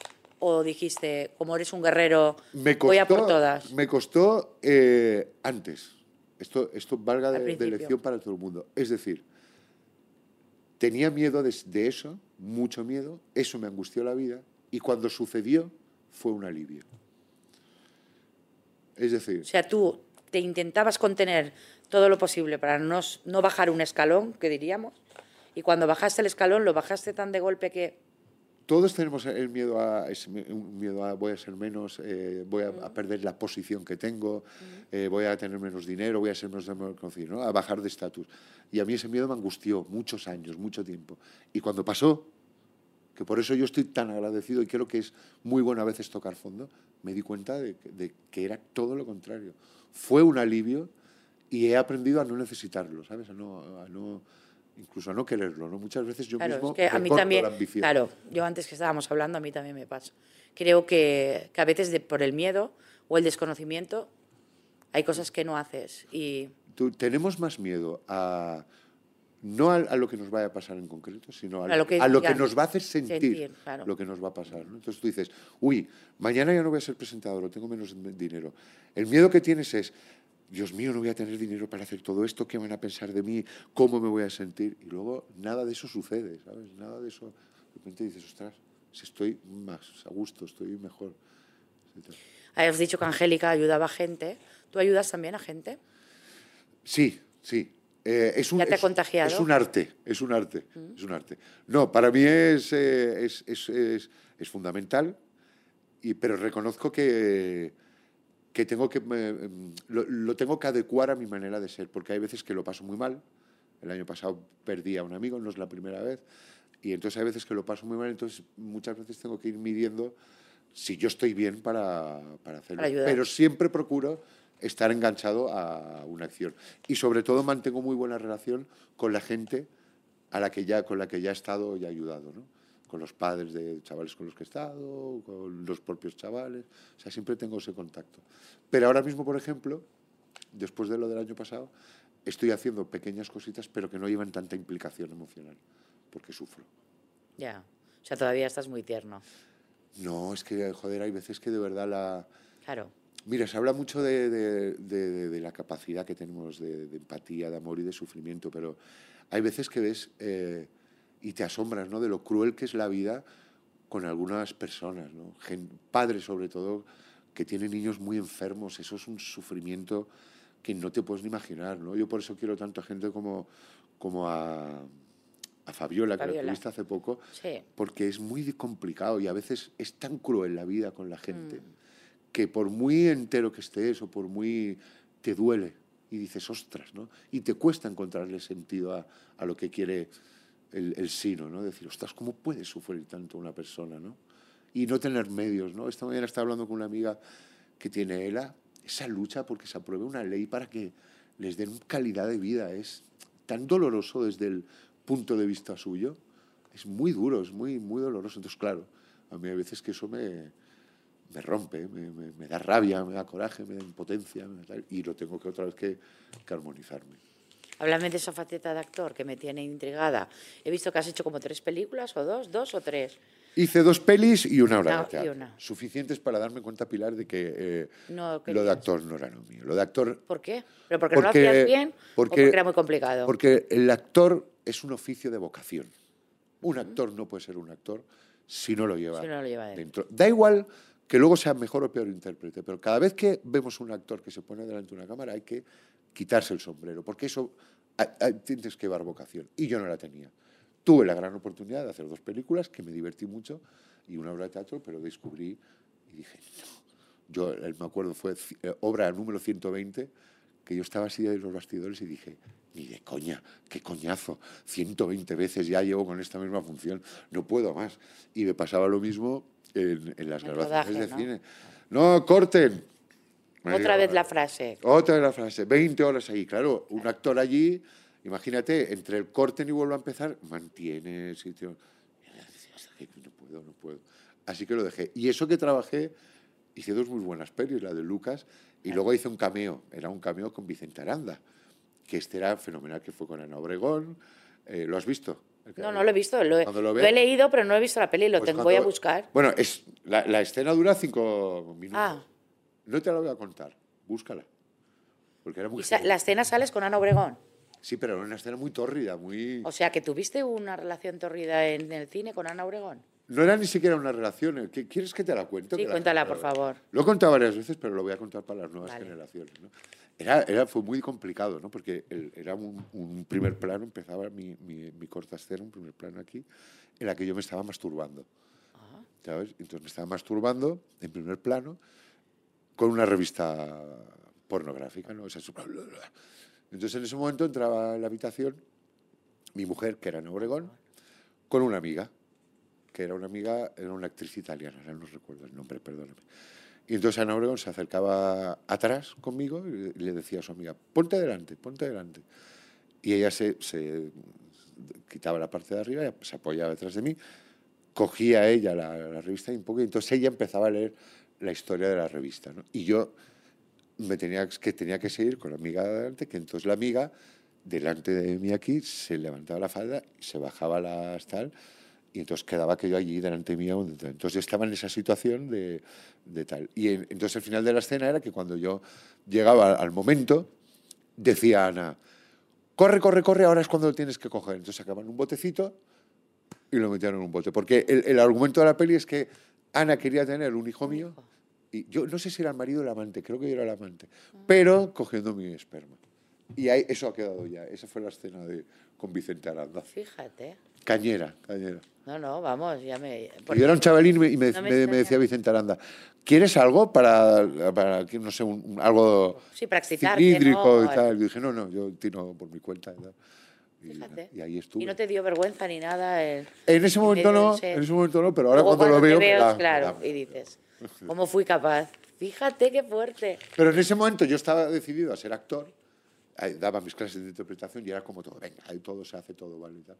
¿O dijiste, como eres un guerrero,
Me costó,
voy a por todas?
Me costó eh, antes. Esto, esto valga
Al
de, de
principio.
lección para todo el mundo. Es decir, tenía miedo de, de eso, mucho miedo, eso me angustió la vida y cuando sucedió fue un alivio. Es decir,
O sea, tú te intentabas contener todo lo posible para no, s- no bajar un escalón, que diríamos, y cuando bajaste el escalón lo bajaste tan de golpe que...
todos tenemos el miedo a, es mi- un miedo a voy a ser menos, eh, voy a, a perder la posición que tengo, eh, voy a tener menos dinero, voy a ser menos reconocido, ¿no? a bajar de estatus. Y a mí ese miedo me angustió muchos años, mucho tiempo. Y cuando pasó, que por eso yo estoy tan agradecido y creo que es muy bueno a veces tocar fondo, me di cuenta de, que- de que era todo lo contrario. Fue un alivio y he aprendido a no necesitarlo, ¿sabes? A no... a no- incluso a no quererlo, ¿no? Muchas veces yo
Claro,
mismo
es que a mí
recorto
también...
la ambición.
Claro, yo antes que estábamos hablando, a mí también me pasa. Creo que, que a veces de- por el miedo o el desconocimiento hay cosas que no haces. Y
Tú- tenemos más miedo a no al- a, lo que nos vaya a pasar en concreto, sino a,
A lo que- ya,
nos va a hacer sentir,
sentir, claro.
lo que nos va a pasar. ¿no? Entonces tú dices, uy, mañana ya no voy a ser presentador, o tengo menos me- dinero. El miedo que tienes es, Dios mío, no voy a tener dinero para hacer todo esto, ¿qué van a pensar de mí? ¿Cómo me voy a sentir? Y luego nada de eso sucede, ¿sabes? Nada de eso. De repente dices, ostras, si estoy más a gusto, estoy mejor.
has dicho que Angélica ayudaba a gente. ¿Tú ayudas también a gente?
Sí, sí. Eh, es un,
¿Ya te ha
es-
contagiado? Mm.
Es un arte, es un arte, es un arte. No, para mí es, eh, es, es- es- es fundamental, y, pero reconozco que, que tengo que me- em, lo, lo tengo que adecuar a mi manera de ser, porque hay veces que lo paso muy mal. El año pasado perdí a un amigo, no es la primera vez, y entonces hay veces que lo paso muy mal, entonces muchas veces tengo que ir midiendo si yo estoy bien para, para hacerlo.
Para ayudar.
Pero siempre procuro estar enganchado a una acción. Y sobre todo mantengo muy buena relación con la gente a la que ya, con la que ya he estado y ayudado, ¿no? Con los padres de chavales con los que he estado, con los propios chavales. O sea, siempre tengo ese contacto. Pero ahora mismo, por ejemplo, después de lo del año pasado, estoy haciendo pequeñas cositas, pero que no llevan tanta implicación emocional, porque sufro.
Ya. O sea, todavía estás muy tierno.
No, es que, joder, hay veces que de verdad la,
Claro.
Mira, se habla mucho de, de- de- de- de la capacidad que tenemos de, de empatía, de amor y de sufrimiento, pero hay veces que ves eh, y te asombras ¿no? de lo cruel que es la vida con algunas personas, ¿no? Gen- padres sobre todo, que tienen niños muy enfermos, eso es un sufrimiento que no te puedes ni imaginar. ¿no? Yo por eso quiero tanto a gente como, como a, a Fabiola, que la
Fabiola.
tuviste hace poco,
Sí.
porque es muy complicado y a veces es tan cruel la vida con la gente que por muy entero que estés o por muy te duele y dices ostras, ¿no? Y te cuesta encontrarle sentido a, a lo que quiere el, el sino, ¿no? Decir, ostras, ¿cómo puede sufrir tanto una persona, ¿no? Y no tener medios, ¿no? Esta mañana estaba hablando con una amiga que tiene ELA, esa lucha porque se apruebe una ley para que les den calidad de vida es tan doloroso desde el punto de vista suyo. es muy duro, es muy, muy doloroso. Entonces, claro, a mí a veces que eso me, me rompe, me, me- me da rabia, me da coraje, me da impotencia, me da tal, y lo tengo que otra vez que, que armonizarme.
Háblame de esa faceta de actor que me tiene intrigada. He visto que has hecho como tres películas, o dos, dos o tres.
Hice dos pelis y una obra
Una-
de teatro.
Ah, y una.
Suficientes para darme cuenta, Pilar, de que eh,
No
lo
querías.
de actor no era lo mío. Lo de actor
¿Por qué? ¿Pero porque, no lo hacías bien o porque era muy complicado?
Porque el actor es un oficio de vocación. Un actor no puede ser un actor si no lo lleva,
Si no lo lleva
dentro. Da igual que luego sea mejor o peor intérprete, pero cada vez que vemos un actor que se pone delante de una cámara hay que quitarse el sombrero, porque eso a- a- tienes que llevar vocación. Y yo no la tenía. Tuve la gran oportunidad de hacer dos películas que me divertí mucho y una obra de teatro, pero descubrí y dije, yo eh, me acuerdo, fue ci- eh, obra número 120, que yo estaba así en los bastidores y dije, ni de coña, qué coñazo, 120 veces ya llevo con esta misma función, no puedo más. Y me pasaba lo mismo en, en las
En el
grabaciones de
rodaje, ¿no?
cine. No, corten. Me
Otra
digo, eh,
vez la
"Vale".
frase.
Otra de la frase, 20 horas ahí, claro, un actor allí, imagínate, entre el corte y vuelvo a empezar, mantiene el sitio. No puedo, no puedo. Así que lo dejé. Y eso que trabajé, hice dos muy buenas pelis, la de Lucas, y luego hice un cameo, era un cameo con Vicente Aranda, que este era fenomenal, que fue con Ana Obregón. Eh, ¿Lo has visto?
No, no lo he visto. Lo he,
Cuando lo
lo
veas-
he leído, pero no he visto la peli. Lo
Pues
tengo,
cuando-
voy a buscar.
Bueno, es, la, la escena dura cinco minutos.
Ah.
No te la voy a contar, búscala. Porque era muy
Y sa-
genial.
la escena sales con Ana Obregón.
Sí, pero era una escena muy tórrida, muy...
O sea, que tuviste una relación torrida en el cine con Ana Obregón.
No era ni siquiera una relación. eh, ¿qué- ¿Quieres que te la cuente? o
Sí,
que la-
cuéntala, por favor.
Lo he contado varias veces, pero lo voy a contar para las nuevas
Vale.
generaciones. ¿no? Era, era- fue muy complicado, ¿no? Porque el- era un, un primer plano, empezaba mi, mi, mi corta escena, un primer plano aquí, en la que yo me estaba masturbando.
Ah.
¿Sabes? Entonces me estaba masturbando en primer plano con una revista pornográfica, ¿no? O sea, su- bla, bla, bla. Entonces en ese momento entraba a la habitación mi mujer, que era en Obregón, con una amiga, que era una amiga, era una actriz italiana, ahora no recuerdo el nombre, perdóname. Y entonces Ana Obregón se acercaba atrás conmigo y le decía a su amiga, ponte delante, ponte delante. Y ella se, se quitaba la parte de arriba, y se apoyaba detrás de mí, cogía ella la, la revista y un poco, y entonces ella empezaba a leer la historia de la revista. ¿no? Y yo me tenía que tenía que seguir con la amiga de delante, que entonces la amiga delante de mí aquí se levantaba la falda, se bajaba las tal y entonces quedaba que yo allí delante mía. donde tal. Entonces yo estaba en esa situación de, de tal. Y en- entonces el final de la escena era que cuando yo llegaba al momento decía Ana, corre, corre, corre, ahora es cuando lo tienes que coger. Entonces sacaban un botecito y lo metieron en un bote. Porque el, el argumento de la peli es que Ana quería tener un hijo mío. Y yo no sé si era el marido o el amante, creo que yo era el amante, pero cogiendo mi esperma. Y ahí, eso ha quedado ya. Esa fue la escena de, con Vicente Aranda.
Fíjate.
Cañera, cañera.
No, no, vamos, ya me.
Y Yo era un chavalín y me, y me-
No me
me- me
extraña.
decía Vicente Aranda, ¿quieres algo para, para que, no sé, un- un- algo
Sí, para excitarte,
cilíndrico
¿no?
y tal? Y dije, no, no, yo tiro por mi cuenta. y tal. Y,
Fíjate.
y ahí estuve.
Y no te dio vergüenza ni nada. el-
En ese
el
momento
medio
no,
del set.
en ese momento no, pero ahora
Luego
cuando, lo veo...
te
me
veo,
da- me
claro,
da-
y
(laughs)
dices, ¿cómo fui capaz? Fíjate qué fuerte.
Pero en ese momento yo estaba decidido a ser actor, ahí daba mis clases de interpretación y era como todo, venga, ahí todo se hace, todo vale y tal.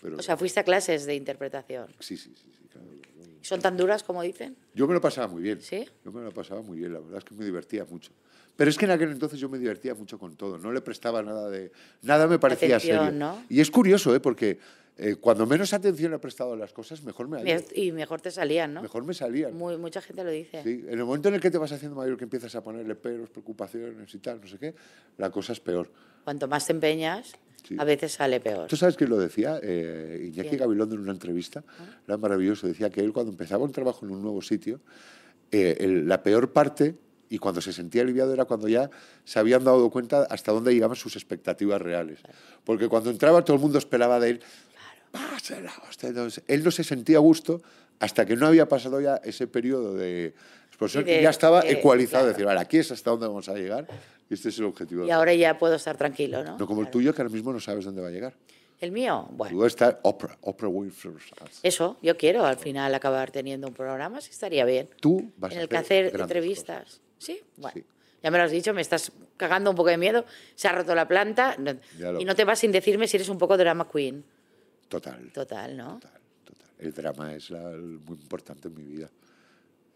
Pero,
O sea, fuiste a clases de interpretación.
sí, sí, sí, sí, claro. claro.
¿Son tan duras como dicen?
Yo me lo pasaba muy bien.
¿Sí?
Yo me lo pasaba muy bien, la verdad es que me divertía mucho. Pero es que en aquel entonces yo me divertía mucho con todo, no le prestaba nada de... Nada me parecía
Atención,
serio.
¿no?
Y es curioso, ¿eh? porque eh, cuando menos atención le he prestado a las cosas, mejor me, ha ido,
Me- Y mejor te salían, ¿no?
mejor me salían.
Muy, mucha gente lo dice.
Sí, En el momento en el que te vas haciendo mayor, que empiezas a ponerle peros, preocupaciones y tal, no sé qué, la cosa es peor.
Cuanto más te empeñas,
Sí.
a veces sale peor.
¿Tú sabes que lo decía eh, Iñaki
¿Quién?
Gabilondo en una entrevista?
Ah.
Era maravilloso. Decía que él cuando empezaba un trabajo en un nuevo sitio, eh, el- la peor parte y cuando se sentía aliviado era cuando ya se habían dado cuenta hasta dónde llegaban sus expectativas reales. Porque cuando entraba todo el mundo esperaba de él, "Pásela, hostia". Entonces, él no se sentía a gusto hasta que no había pasado ya ese periodo de explosión
Y de-
y ya estaba
de-
ecualizado.
claro.
Decir, vale, aquí es hasta dónde vamos a llegar y este es el objetivo.
Y ahora ya puedo estar tranquilo, ¿no?
no como el tuyo, que ahora mismo no sabes dónde va a llegar.
El mío, bueno.
Tú estás Oprah, Oprah Winfrey. ¿sabes?
Eso, yo quiero al final acabar teniendo un programa, si estaría bien.
Tú vas
en
a
el que
hacer
hacer
grandes
entrevistas. Sí, bueno.
Sí.
Ya me lo has dicho, me estás cagando un poco de miedo. Se ha roto la planta no-
Ya lo-
y no te vas sin decirme si eres un poco drama queen.
Total.
Total, ¿no?
Total, total. El drama es la- el- muy importante en mi vida.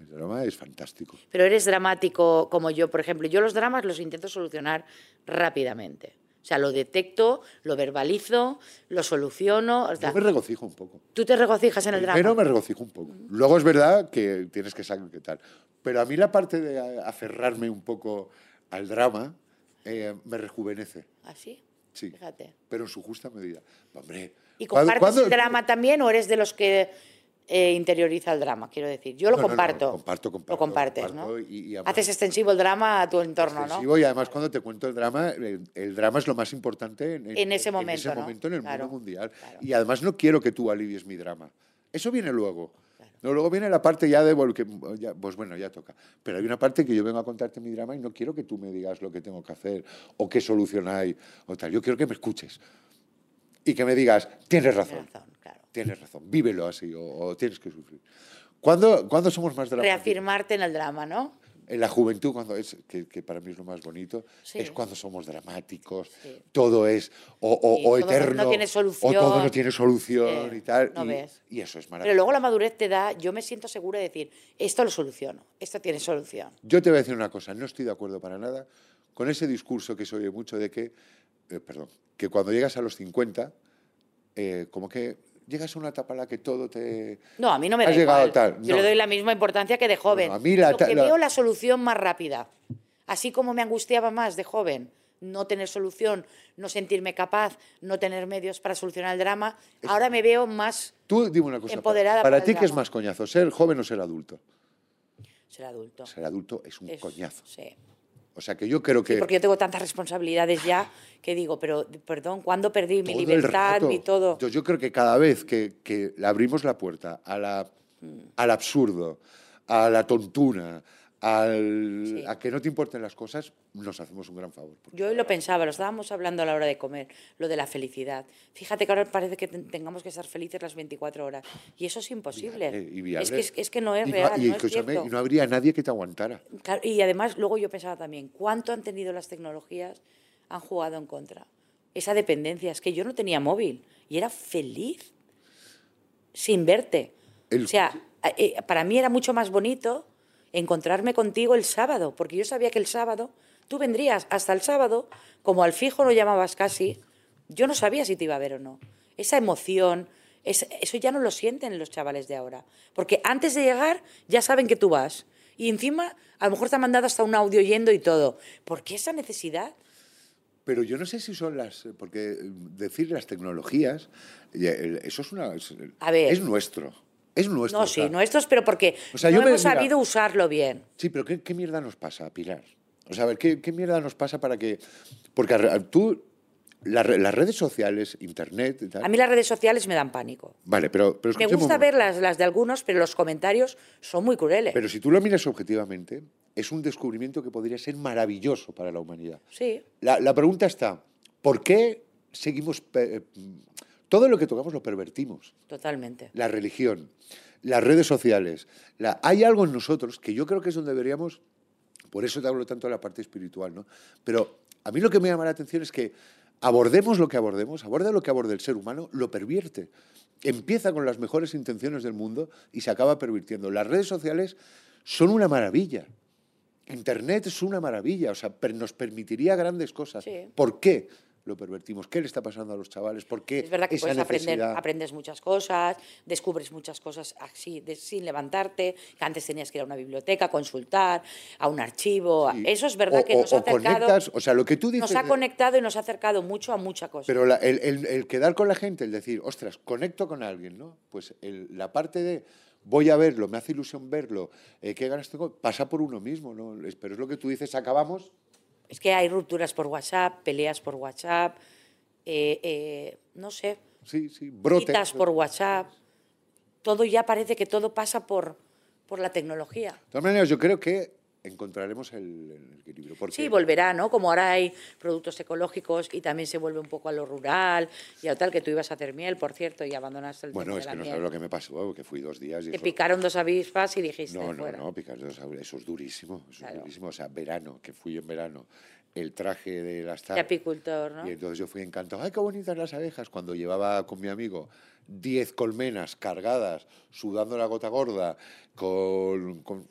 El drama es fantástico.
Pero eres dramático como yo, por ejemplo. Yo los dramas los intento solucionar rápidamente. O sea, lo detecto, lo verbalizo, lo soluciono. o sea,
Yo me regocijo un poco.
Tú te regocijas en el
Primero
drama.
me regocijo un poco. Luego es verdad que tienes que saber qué tal. Pero a mí la parte de a- aferrarme un poco al drama eh, me rejuvenece.
¿Así?
Sí.
Ah, Fíjate.
Pero en su justa medida. Hombre.
¿Y
¿cuándo-
compartes
cuándo-
el drama también o eres de los que eh, interioriza el drama? Quiero decir, yo lo
No, no, no,
comparto.
comparto, comparto,
Lo compartes, ¿no?
comparto y- y además-
Haces extensivo el drama a tu entorno,
Extensivo, Y además cuando te cuento el drama, el, el drama es lo más importante en,
En ese momento,
En ese
¿no?
momento en el
Claro,
mundo mundial.
claro.
Y además no quiero que tú alivies mi drama. Eso viene luego. No, luego viene la parte ya de, bueno, que, ya- pues bueno, ya toca. Pero hay una parte que yo vengo a contarte mi drama y no quiero que tú me digas lo que tengo que hacer o qué solucionáis o tal. Yo quiero que me escuches y que me digas, tienes
¿no?
razón,
Razón, claro.
tienes razón, vívelo así o, o tienes que sufrir. ¿Cuándo, ¿cuándo somos más dramáticos?
Reafirmarte en el drama, ¿no?
En la juventud, cuando es, que, que para mí es lo más bonito,
Sí.
es cuando somos dramáticos,
Sí.
todo es o, o-
Sí,
o
todo no- no
eterno,
tiene solución.
o todo no tiene solución
Sí,
y tal.
no
y,
ves.
y eso es
Pero
maravilloso.
luego la madurez te da, yo me siento segura de decir, esto lo soluciono, esto tiene solución.
Yo te voy a decir una cosa, no estoy de acuerdo para nada con ese discurso que se oye mucho de que, eh, perdón, que cuando llegas a los 50, eh, como que llegas a una etapa en la que todo te...
No, a mí no me
Has
da
llegado
igual.
tal,
Yo
no.
le doy la misma importancia que de joven.
No, a mí la
Lo
ta-
que
la-
veo la solución más rápida. Así como me angustiaba más de joven no tener solución, no sentirme capaz, no tener medios para solucionar el drama, ahora me veo más
Tú dime una cosa, pa-
Empoderada para
para,
el
ti, ¿qué es
drama.
más coñazo, ser joven o ser adulto?
ser adulto.
Ser adulto es un
Es-
coñazo. Eh.
Sí.
O sea que yo creo que...
Sí, porque yo tengo tantas responsabilidades ya que digo, pero perdón, ¿cuándo perdí mi
Todo el
libertad,
rato.
mi todo?
Yo, yo creo que cada vez que, que le abrimos la puerta a la-
Mm.
al absurdo, a la tontuna, al-
Sí.
a que no te importen las cosas, nos hacemos un gran favor.
Yo hoy lo pensaba, lo estábamos hablando a la hora de comer, lo de la felicidad. Fíjate que ahora parece que ten- tengamos que estar felices las 24 horas. Y eso es imposible.
Eh,
es,
y
que,
viable.
es, es que no es
Y
real.
y
no es
escúchame,
cierto.
y no habría nadie que te aguantara.
Claro, y además, luego yo pensaba también, ¿cuánto han tenido las tecnologías? Han jugado en contra. Esa dependencia, es que yo no tenía móvil y era feliz sin verte.
El-
o sea, a- eh, para mí era mucho más bonito encontrarme contigo el sábado, porque yo sabía que el sábado tú vendrías hasta el sábado, como al fijo lo llamabas casi, yo no sabía si te iba a ver o no. Esa emoción, es- eso ya no lo sienten los chavales de ahora, porque antes de llegar ya saben que tú vas. Y encima, a lo mejor te han mandado hasta un audio yendo y todo. ¿Por qué esa necesidad?
Pero yo no sé si son las. Porque mm, decir las tecnologías, y el- eso es una. Es,
A ver.
es nuestro. Es nuestro.
No,
o
sí,
sea,
nuestros, pero porque
O sea,
no
yo me-
hemos
mira-
sabido usarlo bien.
Sí, pero ¿qué, qué mierda nos pasa, Pilar? O sea, a ver, ¿qué, qué mierda nos pasa para que...? Porque a- a- tú, la re- las redes sociales, internet y tal...
A mí las redes sociales me dan pánico.
Vale, pero... pero
Me
escuchemos-
gusta ver las, las de algunos, pero los comentarios son muy crueles.
Pero si tú lo miras objetivamente, es un descubrimiento que podría ser maravilloso para la humanidad.
sí,
La, la pregunta está, ¿por qué seguimos... pe- eh, todo lo que tocamos lo pervertimos?
totalmente.
la religión, las redes sociales. la- hay algo en nosotros que yo creo que es donde deberíamos, por eso te hablo tanto de la parte espiritual, ¿no? Pero a mí lo que me llama la atención es que abordemos lo que abordemos, aborda lo que aborde el ser humano, lo pervierte. Empieza con las mejores intenciones del mundo y se acaba pervirtiendo. Las redes sociales son una maravilla. Internet es una maravilla, o sea, per- nos permitiría grandes cosas.
Sí.
¿Por qué lo pervertimos? ¿Qué le está pasando a los chavales? ¿Por qué
Es verdad que
esa
puedes aprender,
necesidad?
aprendes muchas cosas, descubres muchas cosas así, de- sin levantarte, que antes tenías que ir a una biblioteca, consultar, a un archivo.
Sí.
Eso es verdad
O-
que
o-
nos ha
o
acercado.
conectas, o sea, lo que tú dices
nos ha
de-
conectado y nos ha acercado mucho a mucha cosa.
Pero la- el, el- el quedar con la gente, el decir, ostras, conecto con alguien, ¿no? Pues el- la parte de voy a verlo, me hace ilusión verlo, eh, qué ganas tengo, pasa por uno mismo, ¿no? Es- Pero es lo que tú dices, acabamos.
Es que hay rupturas por WhatsApp, peleas por WhatsApp, eh, eh, no sé,
Sí, sí, brote.
citas por WhatsApp. Todo ya parece que todo pasa por, por la tecnología.
De todas maneras, yo creo que encontraremos el, el equilibrio. Porque
Sí, volverá, ¿no? Como ahora hay productos ecológicos y también se vuelve un poco a lo rural y a tal, que tú ibas a hacer miel, por cierto, y abandonaste el
Bueno,
tema
es
de la
que no
miel.
sabes lo que me pasó, porque fui dos días y
Te
eso-
picaron dos avispas y dijiste
No, no,
fuera.
no, picar dos aves, eso es durísimo, eso
Claro.
es durísimo. O sea, verano, que fui en verano, el traje de las
De
tardes.
apicultor, ¿no?
Y entonces yo fui encantado. ¡Ay, qué bonitas las abejas! Cuando llevaba con mi amigo 10 colmenas cargadas, sudando la gota gorda, con. con-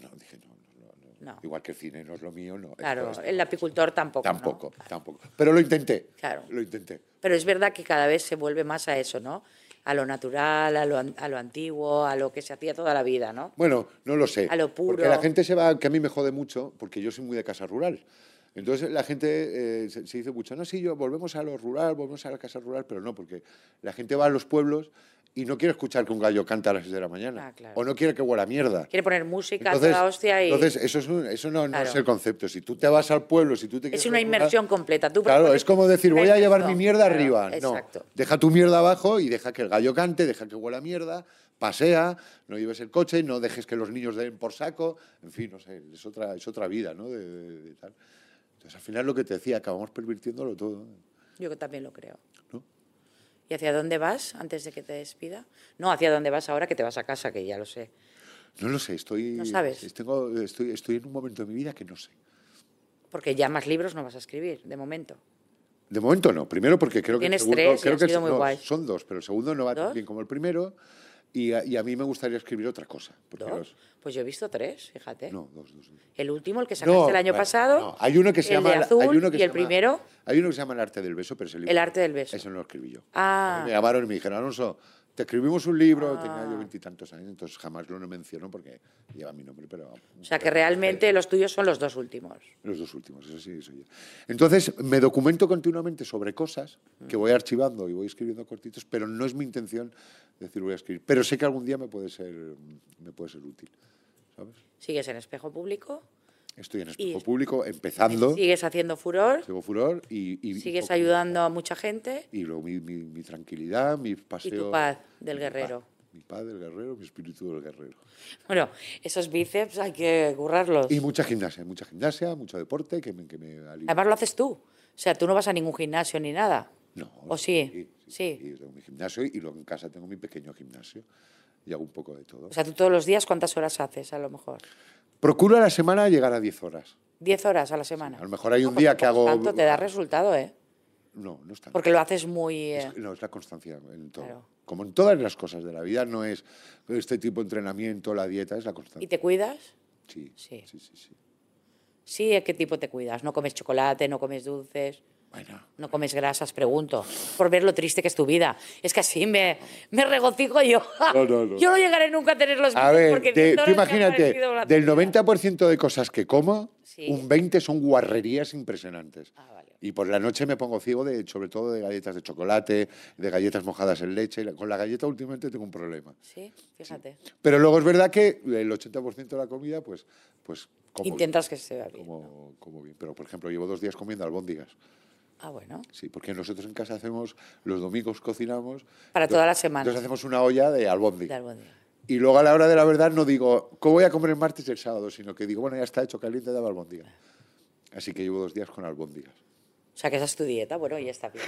No, dije, no, no, no, no.
No.
Igual que el cine no es lo mío, no.
Claro,
Esto es-
el apicultor tampoco. ¿no?
Tampoco, tampoco. Pero lo intenté.
Claro.
Lo intenté.
Pero es verdad que cada vez se vuelve más a eso, ¿no? A lo natural, a lo, an- a lo antiguo, a lo que se hacía toda la vida, ¿no?
Bueno, no lo sé.
A lo
Porque
puro.
la gente se va, que a mí me jode mucho, porque yo soy muy de casa rural. Entonces la gente eh, se, se dice mucho, no, sí, yo volvemos a lo rural, volvemos a la casa rural, pero no, porque la gente va a los pueblos y no quiere escuchar que un gallo canta a las 6 de la mañana.
Ah, claro.
O no quiere que huela a mierda.
Quiere poner música, toda hostia y
entonces, eso, es un- eso no, no
Claro.
es el concepto. Si tú te vas al pueblo, si tú te
es
quieres
una
recuperar-
inmersión completa. Tú
Claro,
propones
es como decir,
una
voy a llevar mi
inmersión,
mierda
claro,
arriba.
Exacto.
No, deja tu mierda abajo y deja que el gallo cante, deja que huela a mierda, pasea, no lleves el coche, no dejes que los niños den por saco. En fin, no sé, es otra, es otra vida, ¿no? De- de- de tal. Entonces, al final, lo que te decía, acabamos pervirtiéndolo todo.
Yo que también lo creo.
¿No?
¿Y hacia dónde vas antes de que te despida? No, hacia dónde vas ahora que te vas a casa, que ya lo sé.
No lo sé, estoy.
No sabes.
Tengo, estoy, estoy en un momento de mi vida que no sé.
Porque ya más libros no vas a escribir, de momento.
De momento no. Primero porque creo que el
Tienes
segundo,
tres y
creo
ha
que el-
sido muy
no,
guay.
son dos, pero el segundo no va tan
¿Dos?
bien como el primero. Y a, y a mí me gustaría escribir otra cosa. porque
¿Dos?
los-
Pues yo he visto tres, fíjate.
no, dos, dos, dos.
El último, el que sacaste el año
vale,
pasado.
no. Hay uno que se
el
llama
de azul
hay uno que
y
se
el
llama-
primero.
Hay uno que se llama El arte del beso, pero ese libro-
El arte del beso.
Eso no lo escribí yo.
Ah.
A mí Me llamaron y me dijeron, Alonso, te escribimos un libro, tenía yo veintitantos años, entonces jamás lo menciono porque lleva mi nombre, pero
O sea, que realmente los tuyos son los dos últimos.
los dos últimos, eso sí, eso ya. Entonces, me documento continuamente sobre cosas
Mm.
que voy archivando y voy escribiendo cortitos, pero no es mi intención decir voy a escribir, pero sé que algún día me puede ser me puede ser útil, ¿sabes?
Sigues en espejo público,
Estoy en
Y-
espejo público empezando,
sigues haciendo furor,
tengo furor y, y- y
sigues
poco-
ayudando a mucha gente.
y luego mi, mi- mi tranquilidad, mi paseo.
paz del
mi
guerrero.
paz. Mi paz del guerrero, mi espíritu del guerrero.
Bueno, esos bíceps hay que currarlos.
Y mucha gimnasia, mucha gimnasia, mucho deporte que me, que me alivia.
Además lo haces tú. O sea, tú no vas a ningún gimnasio ni nada.
No.
¿O sí? Sí.
sí, tengo mi gimnasio y luego en casa tengo mi pequeño gimnasio y hago un poco de todo.
O sea, tú todos los días, ¿cuántas horas haces a lo mejor?
Procuro a la semana llegar a 10 horas.
¿Diez horas a la semana?
A lo mejor hay
No,
un
pues
día que
por
hago.
Tanto te da resultado, ¿eh?
No, no es tanto.
Porque lo haces muy... eh,
Es- no, es la constancia en todo.
Claro.
Como en todas las cosas de la vida, no es este tipo de entrenamiento, la dieta, es la
¿Y
constancia.
te cuidas?
Sí,
Sí.
sí, sí, sí.
Sí, ¿a qué tipo te cuidas? ¿No comes chocolate, no comes dulces,
Bueno.
no comes grasas? Pregunto, por ver lo triste que es tu vida. Es que así me, me regocijo yo.
No, no,
(laughs)
no.
Yo no llegaré nunca a tener los
A
bíceps
ver,
porque
te-
esto
tú
no me ha
imagínate,
parecido una
del
tontería.
90% de cosas que como,
Sí.
un 20 son guarrerías impresionantes.
Ah, vale.
Y por la noche me pongo ciego, de, sobre todo de galletas de chocolate, de galletas mojadas en leche. La- Con la galleta últimamente tengo un problema.
Sí, fíjate.
Pero luego es verdad que el 80% de la comida, pues, pues como
Intentas que se vea
bien,
bien.
como- como bien. Pero, por ejemplo, llevo dos días comiendo albóndigas.
Ah, bueno.
Sí, porque nosotros en casa hacemos, los domingos cocinamos.
Para
Entonces-
toda la semana.
Entonces hacemos una olla de
De
albóndigas.
albóndiga.
Y luego a la hora de la verdad no digo, ¿cómo voy a comer el martes y el sábado? Sino que digo, bueno, ya está hecho caliente, dame albóndigas. Así que llevo dos días con albóndigas.
O sea, que esa es tu dieta. Bueno, ya
(laughs)
está bien.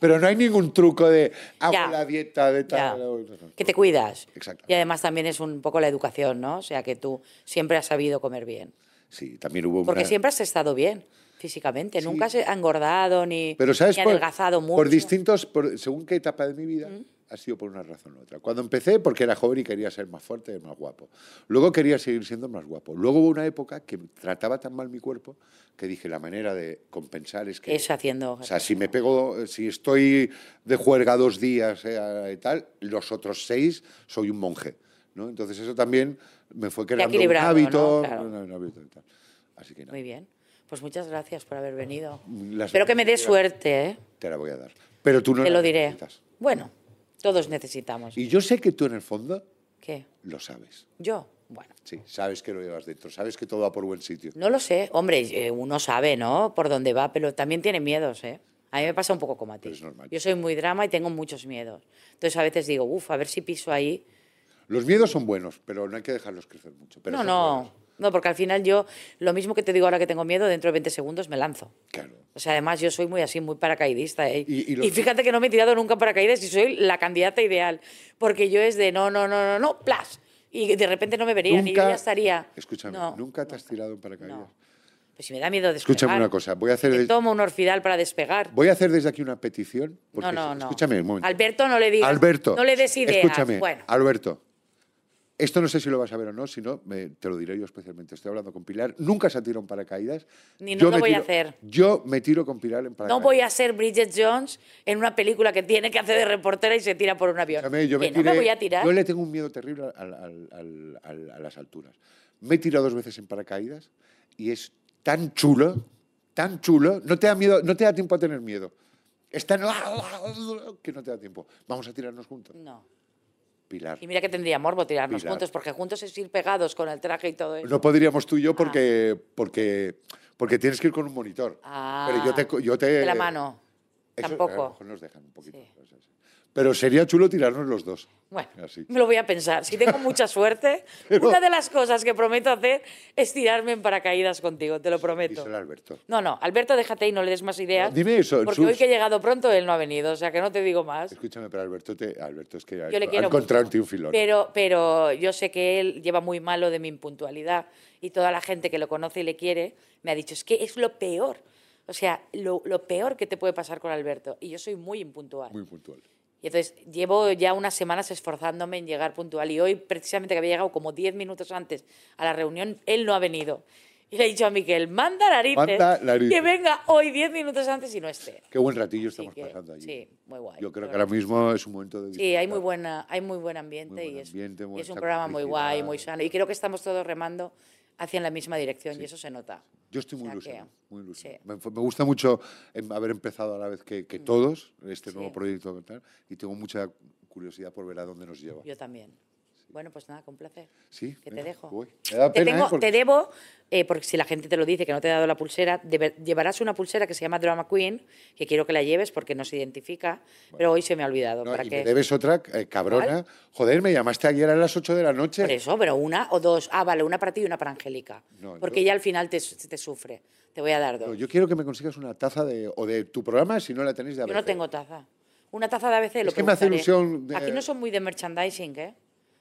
Pero no hay ningún truco de, hago
Ya.
la dieta de
Ya.
tal... o- no, no.
que te cuidas.
Exacto.
Y además también es un poco la educación, ¿no? O sea, que tú siempre has sabido comer bien.
Sí, también hubo
Porque
una-
siempre has estado bien físicamente.
Sí.
Nunca has engordado ni,
Pero ¿sabes?
ni
por-
adelgazado mucho.
Por distintos, por- según qué etapa de mi vida, ha sido por una razón u otra. Cuando empecé, porque era joven y quería ser más fuerte, más guapo. Luego quería seguir siendo más guapo. Luego hubo una época que trataba tan mal mi cuerpo que dije, la manera de compensar es que...
Es haciendo.
O sea, si me pego, si estoy de juerga dos días eh, a- y tal, los otros seis soy un monje, ¿no? Entonces eso también me fue creando un
equilibrado,
hábito,
¿no? Claro.
un- un hábito y tal. Así que nada,
Muy bien. Pues muchas gracias por haber venido.
Las-
Espero que me dé suerte, ¿eh?
te la voy a dar. Pero tú no
Te
la
lo diré.
necesitas.
Bueno, todos necesitamos.
Y yo sé que tú en el fondo
¿Qué?
lo sabes.
¿Yo? Bueno.
Sí, sabes que lo llevas dentro, sabes que todo va por buen sitio.
No lo sé. Hombre, eh, uno sabe, ¿no? Por dónde va, pero también tiene miedos, ¿eh? A mí me pasa un poco como a ti.
Pero es normal.
Yo soy muy drama y tengo muchos miedos. Entonces a veces digo, uff, a ver si piso ahí.
Los miedos son buenos, pero no hay que dejarlos crecer mucho. Pero
no,
son
no.
buenos.
No, porque al final yo, lo mismo que te digo ahora que tengo miedo, dentro de 20 segundos me lanzo.
Claro.
O sea, además yo soy muy así, muy paracaidista. ¿eh?
Y-
Y,
y lo-
fíjate que no me he tirado nunca en paracaídas y soy la candidata ideal. Porque yo es de no, no, no, no, no, plas. Y de repente no me verían y yo ya estaría.
Escúchame,
No,
nunca te has
nunca,
tirado en paracaídas.
no. Pues si me da miedo despegar.
Escúchame una cosa, voy a hacer
me
de-
tomo un orfidal para despegar.
Voy a hacer desde aquí una petición. Porque,
no, no, no.
Escúchame un momento.
Alberto, no le digas.
Alberto.
No le des ideas.
Escúchame,
Bueno,
Alberto. Esto no sé si lo vas a ver o no, si no, me- te lo diré yo especialmente. Estoy hablando con Pilar. Nunca se ha tirado en paracaídas.
Ni no
Yo
lo
me
voy a
tiro-
hacer.
Yo me tiro con Pilar en
no
paracaídas.
voy a ser Bridget Jones en una película que tiene que hacer de reportera y se tira por un avión.
Escúchame, yo me
Que no me
tiré-
voy a tirar.
Yo le tengo un miedo terrible al- al- al- al- a las alturas. Me he tirado dos veces en paracaídas y es tan chulo, tan chulo, no te da miedo, no te da tiempo a tener miedo. Es tan (laughs) que no te da tiempo. Vamos a tirarnos juntos.
No.
Pilar.
Y mira que tendría morbo tirarnos
Pilar.
juntos, porque juntos es ir pegados con el traje y todo eso.
No Pues podríamos tú y yo porque, porque, porque tienes que ir con un monitor.
Ah,
Pero yo te... co- Yo te
de la mano.
Eso, eh, A lo
Tampoco.
mejor nos dejan un poquito.
Sí.
o sea, sí. Pero sería chulo tirarnos los dos.
Bueno,
Así.
me lo voy a pensar. Si tengo
(laughs)
mucha suerte,
Pero-
una de las cosas que prometo hacer es tirarme en paracaídas contigo, te lo prometo.
Díselo a Alberto.
No, no, Alberto, déjate y no le des más ideas.
Dime eso, el
Porque
sus.
hoy que he llegado pronto, él no ha venido, o sea que no te digo más.
Escúchame, pero Alberto, te, Alberto es que ha,
Yo le
ha
quiero
encontrado
mucho.
en ti un filón.
Pero, pero yo sé que él lleva muy malo de mi impuntualidad y toda la gente que lo conoce y le quiere me ha dicho, es que es lo peor. O sea, lo, lo peor que te puede pasar con Alberto. Y yo soy muy impuntual.
Muy puntual.
Y entonces llevo ya unas semanas esforzándome en llegar puntual. Y hoy, precisamente que había llegado como 10 minutos antes a la reunión, él no ha venido. Y le he dicho a Miquel, manda narices,
Manda narices.
que venga hoy 10 minutos antes y no esté.
Qué buen ratillo estamos
que-
pasando allí.
sí, muy guay.
Yo creo que
Pero-
ahora mismo es un momento de
Sí, hay muy,
disfrutar.
buena, hay muy buen ambiente,
Muy buen
y, es,
ambiente,
y
muy-
es un
esta
programa muy guay,
complicidad.
muy sano. Y creo que estamos todos remando hacia la misma dirección y eso se nota.
Yo estoy muy
O sea que-
ilusionado. muy ilusionado.
sí.
Me, me gusta mucho em, haber empezado a la vez que, que
Mm.
todos este nuevo proyecto y tal, y tengo mucha curiosidad por ver a dónde nos lleva.
Yo también. Bueno, pues nada, con placer.
Sí,
Que
venga,
te dejo.
voy. Me da
te,
pena,
tengo-
¿eh? porque-
te debo, eh, porque si la gente te lo dice que no te he dado la pulsera, debe- llevarás una pulsera que se llama Drama Queen, que quiero que la lleves porque no se identifica, pero hoy se me ha olvidado.
No,
para
y
que-
me debes otra, eh, cabrona. Joder, me llamaste ayer a las 8 de la noche.
Por eso, pero una o dos. Ah, vale, una para ti y una para Angélica.
No,
porque
yo-
ella al final te, su- te sufre. Te voy a dar dos.
No, yo quiero que me consigas una taza de, o de tu programa, si no la tenéis de
Yo
ABC.
no tengo taza. Una taza de ABC lo
Es que me hace
preguntaré.
ilusión de-
Aquí no son muy de merchandising, ¿eh?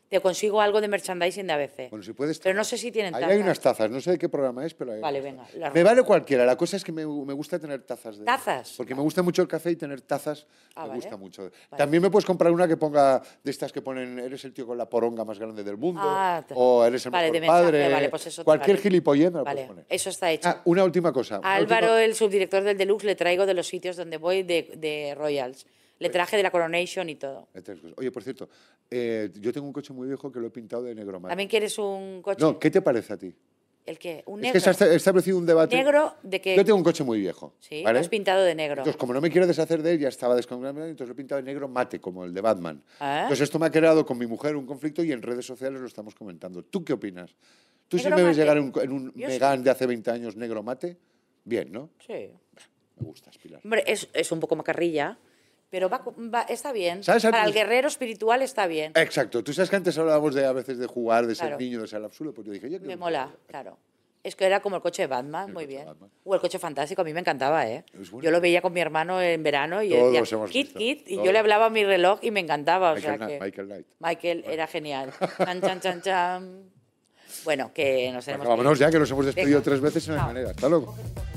Te consigo algo de merchandising de ABC.
Bueno, si puedes.
Pero no sé si tienen
Ahí
taza.
hay unas tazas, no sé de qué programa es, pero hay
Vale,
unas tazas.
venga, las
Me vale cualquiera, la cosa es que me, me gusta tener tazas. De,
¿Tazas?
Porque me gusta mucho el café y tener tazas
Ah,
me
vale.
gusta mucho.
Vale.
También me puedes comprar una que ponga de estas que ponen eres el tío con la poronga más grande del mundo
Ah, te-
o eres el
vale,
mejor
de mensaje,
padre.
vale, pues eso te
cualquier
vale.
gilipollez me la
Vale,
puedes poner.
eso está hecho.
Ah, una última cosa.
A
una última-
Álvaro, eh. el subdirector del Deluxe, le traigo de los sitios donde voy de, de Royals. Le traje de la Coronation y todo.
Tres cosas. Este Oye, por cierto, eh, yo tengo un coche muy viejo que lo he pintado de negro mate.
¿También quieres un coche?
No, ¿qué te parece a ti?
¿El qué? ¿Un
Es
negro?
que se ha esta- establecido un debate.
¿Negro de qué?
Yo tengo un coche muy viejo.
Sí, lo
¿vale?
has pintado de negro.
Entonces, como no me quiero deshacer de él, ya estaba descongelado, entonces lo he pintado de negro mate, como el de Batman.
Ah.
Entonces, esto me ha creado con mi mujer un conflicto y en redes sociales lo estamos comentando. ¿Tú qué opinas? ¿Tú si
Negro
me ves
mate.
llegar en un, en un
Yo
Megane de hace 20 años negro mate? Bien, ¿no?
Sí.
Me gustas, Pilar.
Hombre, es, es un poco macarrilla, pero va, co- va- está bien.
¿Sabes al
Para el
principio?
guerrero espiritual está bien.
Exacto. Tú sabes que antes hablábamos de a veces de jugar, de ser
Claro.
niño, de ser absurdo, pues yo dije, yo quiero
Me
un
mola,
coche.
claro. Es que era como el coche de Batman,
El
muy
coche de
bien.
Batman.
O el coche fantástico, a mí me encantaba, ¿eh?
Es bueno.
Yo lo veía con mi hermano en verano y yo
Todos
decía,
hemos
kit,
visto,
kit, y
todos.
yo le hablaba a mi reloj y me encantaba. O
Michael
sea
Knight,
que
Michael Knight.
Michael era genial. Chan, chan, chan, chan. Bueno, que nos tenemos que ir.
Venga, vámonos ya, que nos hemos despedido
Venga.
tres veces en la
Chao.
manera. Hasta luego.
Coge tu coche.